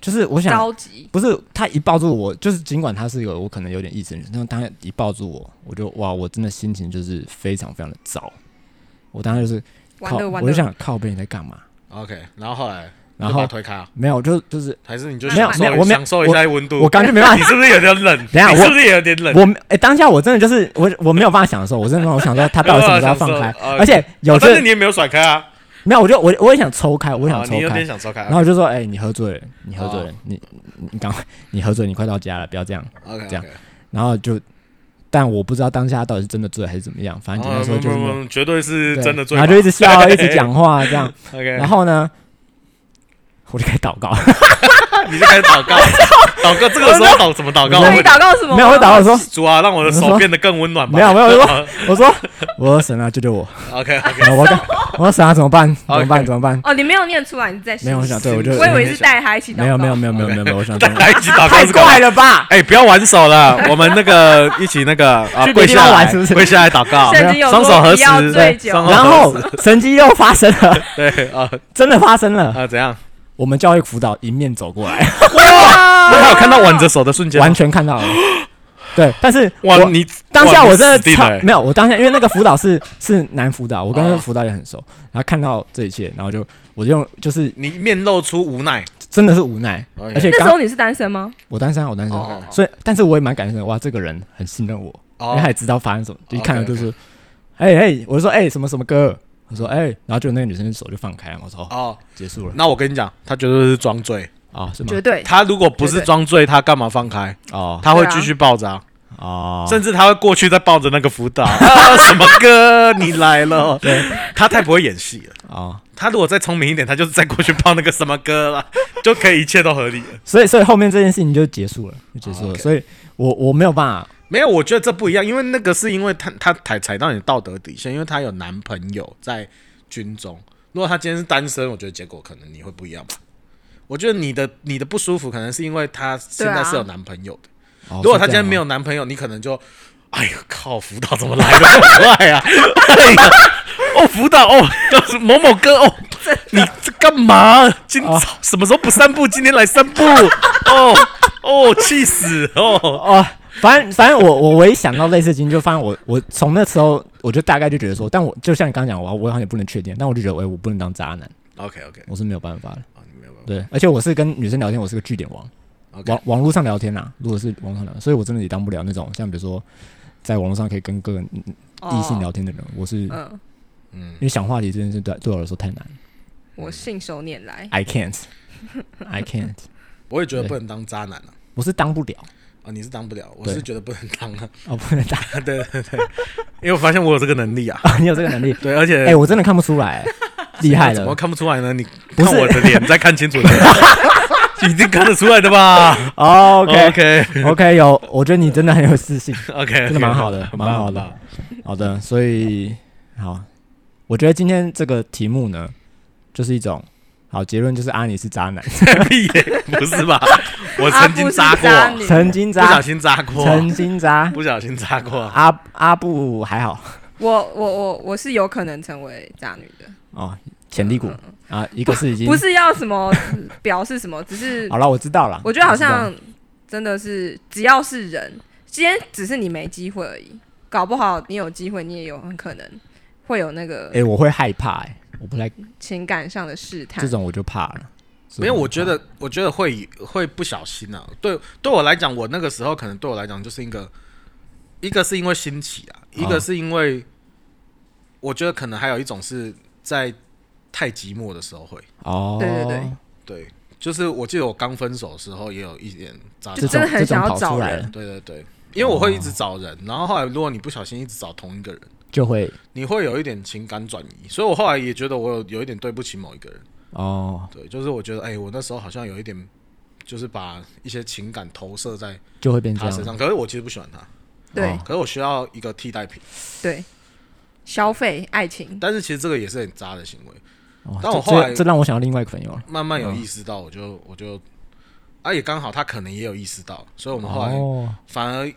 S1: 就是我想
S3: 着急。
S1: 不是他一抱住我，就是尽管他是一个我可能有点意思的人，但当他一抱住我，我就哇，我真的心情就是非常非常的糟。我当时就是
S3: 完
S1: 靠，
S3: 了
S1: 我
S3: 完
S1: 就
S3: 了，
S1: 想靠背你在干嘛？
S2: ，OK，然后后来
S1: 然
S2: 就
S1: 后
S2: 把他推开啊，
S1: 没有，就就是
S2: 还是你就
S3: 没有
S2: 享受
S1: 没有我没有
S2: 享受一下温度
S1: 我，感觉没办
S2: [LAUGHS] 你是不是有点冷？
S1: 一下
S2: 你
S1: 我
S2: 是不是也有点冷
S1: 法，？我哎、当下我真的就是我我没有办法享受，我真的我想说他到底什么时候放
S2: 没
S1: 开
S2: 有办法享？受
S1: 而且有
S2: 哦但是
S1: 些
S2: 你也没有甩开啊，
S1: 没有，我就我我也想抽开，我也想
S2: 哦
S1: 抽
S2: 你有
S1: 开
S2: 点，想抽哦开
S1: 然后我就说哎、你喝醉了，你喝醉了，你你你赶快你喝醉了，你快到家了，不要这样。
S2: ，OK，
S1: 这样然后就，但我不知道当下他到底是真的醉还是怎么样，反正简单
S2: 哦，
S1: 说
S2: 不
S1: 就是没有
S2: 不不，绝对是
S1: 对
S2: 真的醉吧。
S1: 然后就一直
S2: [LAUGHS]
S1: 笑，一直讲话啊这样。
S2: OK，
S1: 然后呢，我就开始祷告，
S2: 你就开始
S1: [LAUGHS]
S2: 祷告，祷告这个时候祷怎么祷告？
S1: 我
S3: 那
S1: 没
S3: 你祷告什么？
S1: 没有，我祷
S2: [LAUGHS]
S1: 告说，
S2: 主啊，让我的手变得更温暖吧。
S1: 没有没有，我说我说我说神啊，救救
S2: [LAUGHS]
S1: 我！
S2: OK，
S1: [LAUGHS] 然后我说我说神啊，怎么办？怎么办？
S2: [LAUGHS] OK
S1: 怎么办？
S3: 哦，你没有念出来，你在
S1: 没有，我想对我就
S3: 我以为是带她一起祷告。
S1: 没有没有没有没有没有没有，我想
S2: [LAUGHS] 大家一起祷告
S1: 太
S2: 是干嘛
S1: 怪。了
S2: [LAUGHS]
S1: 吧？
S2: 哎，不要玩手了，我们那个一起那个啊
S1: 去，别
S2: 跪
S1: 地方
S2: 下
S1: 玩
S2: 来
S1: 是不是，
S2: 跪下来祷告，
S3: 圣经有
S2: 双手
S3: 说
S2: 合
S3: 不要
S2: 十，
S3: 醉酒
S2: 双手
S1: 然后神迹又发生了，
S2: 对啊
S1: 真的发生了。
S2: 啊怎样？
S1: [LAUGHS] 我们教育辅导迎面走过来，
S2: 那他有看到挽着手的瞬间吗
S1: 完？全看到了，对，但是
S4: 哇，
S1: 我
S4: 你
S1: 当下
S4: 哇
S1: 我
S4: 你
S1: 真的
S4: 死定
S1: 超
S4: 了欸
S1: 没有，我当下因为那个辅导是 [LAUGHS] 是男辅导，我跟那个
S4: 哦
S1: 辅导也很熟，然后看到这一切，然后就我就用就是
S2: 你面露出无奈，
S1: 真的是无奈，
S4: OK
S1: 而且
S3: 那时
S1: 刚
S3: 候你是单身吗？
S1: 我单身啊，我单身
S3: 哦
S1: 啊，所以但是我也蛮感谢的，哇，这个人很信任我，因
S2: 哦
S1: 为他也知道发生什么，就一看到
S2: OK，OK
S1: 就是，哎哎，我就说哎什么什么歌，我说哎，然后就那个女生手就放开了，我说哦
S2: 哦，
S1: 结束了
S2: 那我跟你讲，他绝对是装醉。
S1: 啊是吗
S3: 绝？对，
S2: 他如果不是装醉，他干嘛放开？
S1: 哦
S2: 他会继续抱着啊、
S1: 哦，
S2: 甚至他会过去再抱着那个辅
S1: [LAUGHS]
S2: 导。啊什么哥，你来了？他太不会演戏了。
S1: 哦，
S2: 他如果再聪明一点，他就是再过去抱那个什么哥了， [LAUGHS] 就可以一切都合理了。
S1: 所以所以后面这件事情就结束了，就结束
S2: 哦
S1: 了，
S2: ，OK
S1: 所以我我没有办法。
S2: 没有，我觉得这不一样，因为那个是因为他他踩踩到你道德底线，因为他有男朋友在军中。如果他今天是单身，我觉得结果可能你会不一样吧。我觉得你的你的不舒服，可能是因为他现在啊是有男朋友的。
S1: 哦
S2: 如
S1: 是
S2: 果他
S1: 这
S2: 今
S1: 样
S2: 天没
S1: 吗
S2: 有男朋友，你可能就，哎呀靠，辅导怎么来的这么快啊？哎呀， [LAUGHS] 哦辅导哦，就是某某哥哦，你这干嘛？今
S1: 哦
S2: 什么时候不散步？今天来散步哦哦，气死哦！
S1: 哦，反正反正我我唯一想到类似经历，就发现我我从那时候我就大概就觉得说，但我就像你刚刚讲，我我好像也不能确定，但我就觉得，哎、我不能当渣男，
S2: OK OK，
S1: 我是没有办法的。
S2: 哦，你没有办法。
S1: 对，而且我是跟女生聊天，我是个据点王
S2: OK
S1: 网网络上聊天啊，如果是网络上聊，所以我真的也当不了那种像比如说在网络上可以跟各个异性聊天的人，我是因
S3: 哦嗯，
S2: 嗯，
S1: 为想话题这件事对对我来说太难
S3: 我信手拈来，
S1: ，I can't。I can't，
S2: 我也觉得不能当渣男啊。
S1: 我是当不了
S2: 啊，你是当不了，我是
S1: 对
S2: 觉得不能当啊。 [LAUGHS]
S1: 哦，不能当，
S2: 对对对，因为我发现我有这个能力啊。
S1: [LAUGHS] 你有这个能力，
S2: 对，而且
S1: 哎、我真的看不出
S2: [LAUGHS]
S1: 来、厉害
S2: 怎么
S1: 了，
S2: 看不出来呢？你
S1: 不
S2: 看
S1: 是
S2: 我的脸，再看清楚
S1: [LAUGHS]
S2: 点，一定看得出来的吧
S1: o k
S2: 哦 OK
S1: 哦 OK，有，我觉得你真的很有自
S2: [LAUGHS]
S1: 信，
S2: OK，
S1: 真的蛮好的，
S2: 很棒
S1: 蛮好
S2: 很
S1: 的
S2: 棒，
S1: 好的。所以好，我觉得今天这个题目呢，就是一种好结论，就是阿尼是渣男，
S2: 屁耶，不是 [LAUGHS] 吧？我
S3: 阿
S2: 曾
S3: 布
S2: 经
S3: 是
S2: 扎
S3: 渣
S2: 过，
S3: 女
S1: 曾经
S2: 啊不小
S1: 渣，
S2: 心扎过，
S1: 曾经渣，
S2: 不小心扎过。
S1: 阿阿布还好
S3: 我我我我是有可能成为渣女的，
S1: 哦，潜力股
S3: 嗯
S1: 啊，一个是已经
S3: 不是要什么表示什么，只是
S1: [LAUGHS] 好了，我知道了，
S3: 我觉得好
S1: 我知
S3: 像真的是只要是人，今天只是你没机会而已，搞不好你有机会，你也有很可能会有那
S1: 道
S3: 个
S1: 哎，我会害怕哎，我不太
S3: 情感上的试探
S1: 这。种我就怕了，
S2: 没有，我觉得，我觉得会会不小心啊。对，对我来讲，我那个时候可能对我来讲就是一个，一个是因为新奇啊，一个是因为，我觉得可能还有一种是在太寂寞的时候会。
S1: 哦，
S3: 对对对
S2: 对，就是我记得我刚分手的时候也有一点扎
S1: 这
S3: 就
S1: 种
S3: 真的很
S1: 这种
S3: 想要
S1: 跑出
S3: 找
S1: 来
S3: 人
S1: 了
S2: 对对对，因为我会一直找人，然后后来如果你不小心一直找同一个人，
S1: 就会
S2: 你会有一点情感转移，所以我后来也觉得我有有一点对不起某一个人，
S1: 哦，
S2: 对，就是我觉得哎、我那时候好像有一点，就是把一些情感投射在
S1: 就会变这
S2: 他身
S1: 样，
S2: 上，可是我其实不喜欢他，
S3: 对
S1: 哦
S2: 可是我需要一个替代品，
S3: 对，消费爱情，
S2: 但是其实这个也是很渣的行为，
S1: 哦
S2: 但
S1: 这
S2: 我后来
S1: 这这让我想到另外一个朋友了。
S2: 慢慢有意识到，我
S1: 哦
S2: 就我就，啊也刚好他可能也有意识到，所以我们后来
S1: 哦
S2: 反而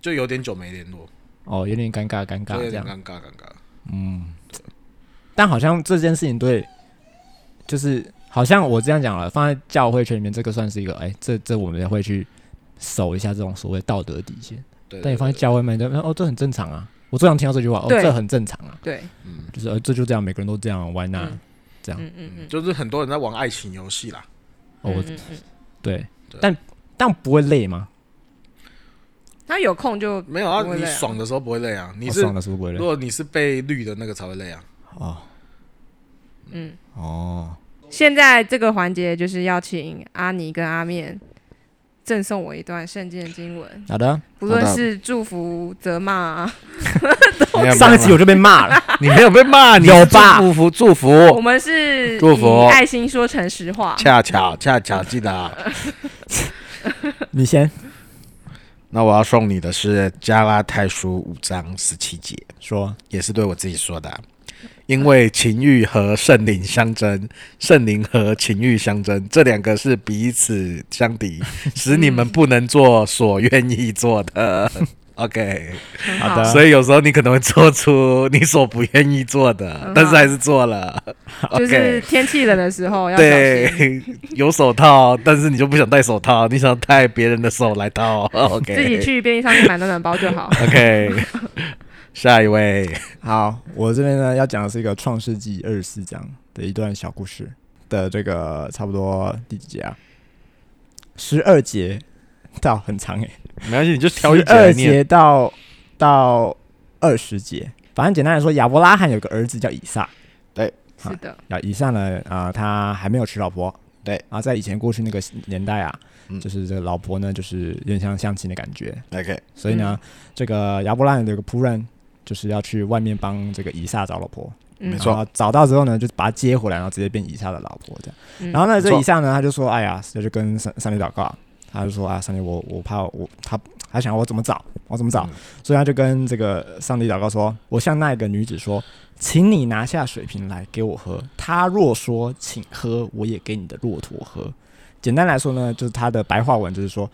S2: 就有点久没联络，
S1: 哦，有点尴尬，尴尬
S2: 就有
S1: 这
S2: 点
S1: 样。
S2: 尴尬尴尬。
S1: 嗯，但好像这件事情对，就是好像我这样讲了，放在教会圈里面，这个算是一个，哎、这这我们也会去守一下这种所谓道德底线。
S2: 对，
S1: 但你
S2: 对
S1: 放在
S2: 对
S1: 教会面，就哦，这很正常啊。我最常听到这句话，哦，
S3: 对
S1: 这很正常啊，
S3: 对，
S2: 嗯
S1: 就是呃，这就这样，每个人都这样，Why not？、
S3: 嗯
S1: 这样，
S3: 嗯嗯
S2: 嗯
S3: 嗯，
S2: 就是很多人在玩爱情游戏啦，
S1: 哦，我
S3: 嗯嗯嗯
S1: 对，
S2: 对
S1: 但但不会累吗？
S3: 他有空就
S2: 没有啊
S3: 不，会
S2: 你
S3: 累啊
S2: 爽的时候不会累啊，你
S1: 我
S2: 是
S1: 爽的时候不会
S2: 如
S1: 累
S2: 果你是被绿的那个才会累啊。
S1: 哦
S3: 嗯。
S1: 哦，
S3: 现在这个环节就是要请阿尼跟阿面赠送我一段圣经经文，
S1: 好的。
S3: 不论是祝福、责骂、啊，
S1: 上一集我就被骂了，
S4: [LAUGHS] 你没有被骂，你是
S1: 有吧
S4: 祝福祝
S3: 我
S1: 哦
S4: 福，
S3: 们是
S4: 祝福
S3: 以爱心说诚实话。
S4: 恰巧恰巧记得啊。
S1: [LAUGHS] 你先
S4: 那我要送你的是《加拉太书》五章十七节，
S1: 说。
S4: 也是对我自己说的啊、因为情欲和圣灵相争，圣灵和情欲相争，这两个是
S1: [LAUGHS]
S4: 彼此相敌，使你们不能做所愿意做的。
S2: OK，
S3: 很
S1: 嗯好的
S2: 所以有时候你可能会做出你所不愿意做的
S1: 嗯
S3: 好，
S2: 但是还是做了。
S3: 就是
S2: OK，
S3: 天气冷的时候要小心。
S2: 对，有手套，但是你就不想戴手套，你想戴别人的手来套。OK，
S3: [LAUGHS] 自己去便利商店买暖暖包
S1: [LAUGHS]
S3: 就好。
S2: OK，下一位，
S1: 好，我这边呢要讲的是一个《创世纪二十四章》的一段小故事的这个差不多第几节啊？十二节到很长诶、
S2: 没关系，你就
S1: 十
S2: 挑一节来
S1: 二
S2: 念。
S1: 节到到二十节，反正简单来说，亚伯拉罕有个儿子叫以撒，
S3: 是的，
S1: 啊，以上呢，啊，他还没有娶老婆。
S2: 对
S1: 啊，在以前过去那个年代啊，
S2: 嗯
S1: 就是这个老婆呢，就是有点像相亲的感觉。
S2: OK，
S1: 所以呢，
S2: 嗯
S1: 这个亚伯拉罕有个仆人，就是要去外面帮这个以撒找老婆。
S3: 嗯
S2: 没，错
S1: 然后找到之后呢，就把他接回来，然后直接变以撒的老婆这样。
S3: 嗯
S1: 然后呢，
S2: 没
S1: 这
S2: 错
S1: 以撒呢，他就说：“哎呀，他就跟上上帝祷告，他就说啊，上帝，我我怕我他他想我怎么找，我怎么找，
S2: 嗯
S1: 所以他就跟这个上帝祷告说：我向那一个女子说，请你拿下水瓶来给我喝。她若说请喝，我也给你的骆驼喝。简单来说呢，就是他的白话文就是说，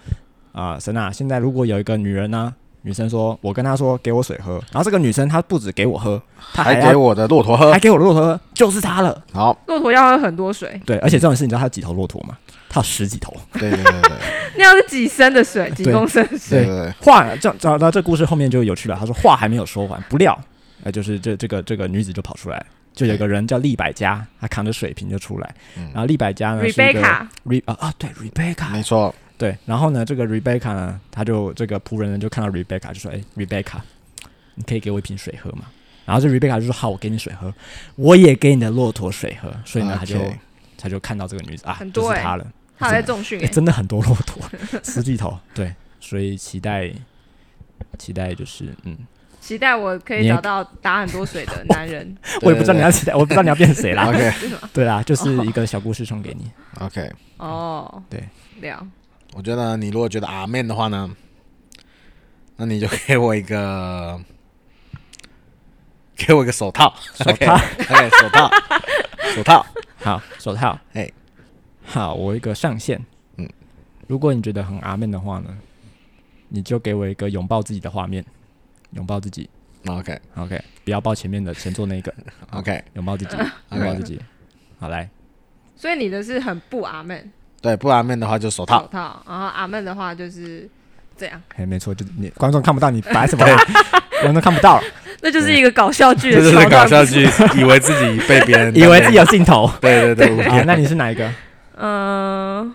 S1: 啊、神啊，现在如果有一个女人呢，女生说我跟她说给我水喝，然后这个女生她不止给我喝，她
S2: 还
S1: 要
S2: 给我的骆驼喝
S1: 还。给我骆驼喝，就是她了。”
S2: 好，
S3: 骆驼要喝很多水， [LAUGHS]
S1: 对，而且这种事你知道它有几头骆驼吗？它有十几头。
S2: 对对
S1: [LAUGHS]
S2: 对对
S3: 那要是几升的水，几
S1: 对
S3: 公升的水，
S2: 对对，
S1: 话这找到这故事后面就有趣了。他说话还没有说完，不料，呃，就是这这个这个女子就跑出来，就有个人叫利百加，她扛着水瓶就出来。
S2: 嗯
S1: 然后利百
S3: [LAUGHS]
S1: 加呢呃是一个
S3: Rebecca，
S1: Re 啊啊对
S2: 没
S1: Rebecca
S2: 错，
S1: 对，然后呢这个 Rebecca 呢，他就这个仆人呢就看到 Rebecca 就说，哎 Rebecca，你可以给我一瓶水喝吗？然后这 Rebecca 就说好，我给你水喝，我也给你的骆驼水喝。所以呢，他就
S2: OK
S1: 他就看到这个女子啊
S3: 很，
S1: 就
S3: 多
S1: 是
S3: 欸
S1: 她了。
S3: 他有在重训
S1: 欸
S3: 欸，
S1: [LAUGHS] 真的很多骆驼，十几头，对，所以期待，期待就是，嗯，
S3: 期待我可以
S1: 你也
S3: 找到打很多水的
S1: [LAUGHS]
S3: 男人。
S1: [LAUGHS] 我也不知道你要期待，我不知道你要变谁啦， [LAUGHS]
S3: [LAUGHS]
S2: OK
S1: 对啦，就是一个小故事送给你，
S2: OK，
S3: 哦，
S1: 对，
S3: 了，
S2: 我觉得你如果觉得阿面的话呢，那你就给我一个，给我一个手套，
S1: 手套，
S2: 哎，手套，手套，
S1: 好，手套，
S2: 哎，
S1: 好，我有一个上限，嗯
S2: 嗯，
S1: 如果你觉得很阿面的话呢，你就给我一个拥抱自己的画面，拥抱自己
S2: OK
S1: ，OK，不要抱前面的前座 [LAUGHS] 那一个，
S2: OK，
S1: 拥抱自己，拥抱自己，好来，
S3: 所以你的是很不阿闷
S2: 对，不阿面的话就手
S3: 手
S2: 套，
S3: 套，然后阿闷的话就是这样，
S1: 嘿，没错，就是你观众看不到你摆 [LAUGHS] 什么啦，观众看不到，
S3: 那就是一个搞笑剧
S2: 这 [LAUGHS]
S3: 的
S2: 就是
S3: 桥
S2: 搞
S3: 段。
S2: 笑
S3: 不是
S2: 剧，以为自己被别
S1: [LAUGHS]
S2: 人，
S1: 以为自己，有镜头。
S2: 对对
S1: [LAUGHS]
S2: 对，
S1: 啊，那你是哪
S2: [LAUGHS]
S1: 一个？
S3: 嗯，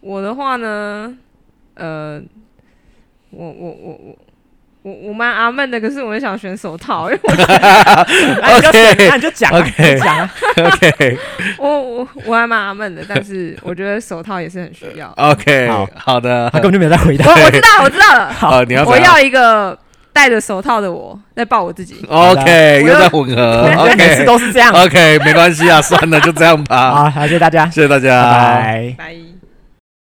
S3: 我的话呢，呃，我我我我我我蛮阿闷的，可是我很想选
S2: [LAUGHS]
S3: 手套，因为
S1: 哎那你就选那你就讲啊
S2: OK
S1: 你就讲啊。
S2: [LAUGHS] OK。
S3: 我我我我还蛮阿闷的，但是我觉得手套也是很需要
S2: OK， [LAUGHS]
S1: 好
S2: 好的
S1: 他，根本就没有在回答
S3: 我。我知道我知道
S1: [LAUGHS]
S2: [LAUGHS]
S3: 了，
S2: 好，你要怎
S3: 我
S2: 样
S3: 要一个戴着手套的我在抱我自己。
S2: [LAUGHS] OK，
S3: 我
S2: 又
S3: 要
S2: 在混合
S1: 每次
S2: 呃，OK
S1: 都是这样。
S2: OK，没关系啊，算了，就这样吧，
S1: 好，好，谢谢大家，
S2: 谢谢大家，
S1: 拜拜。
S3: 拜。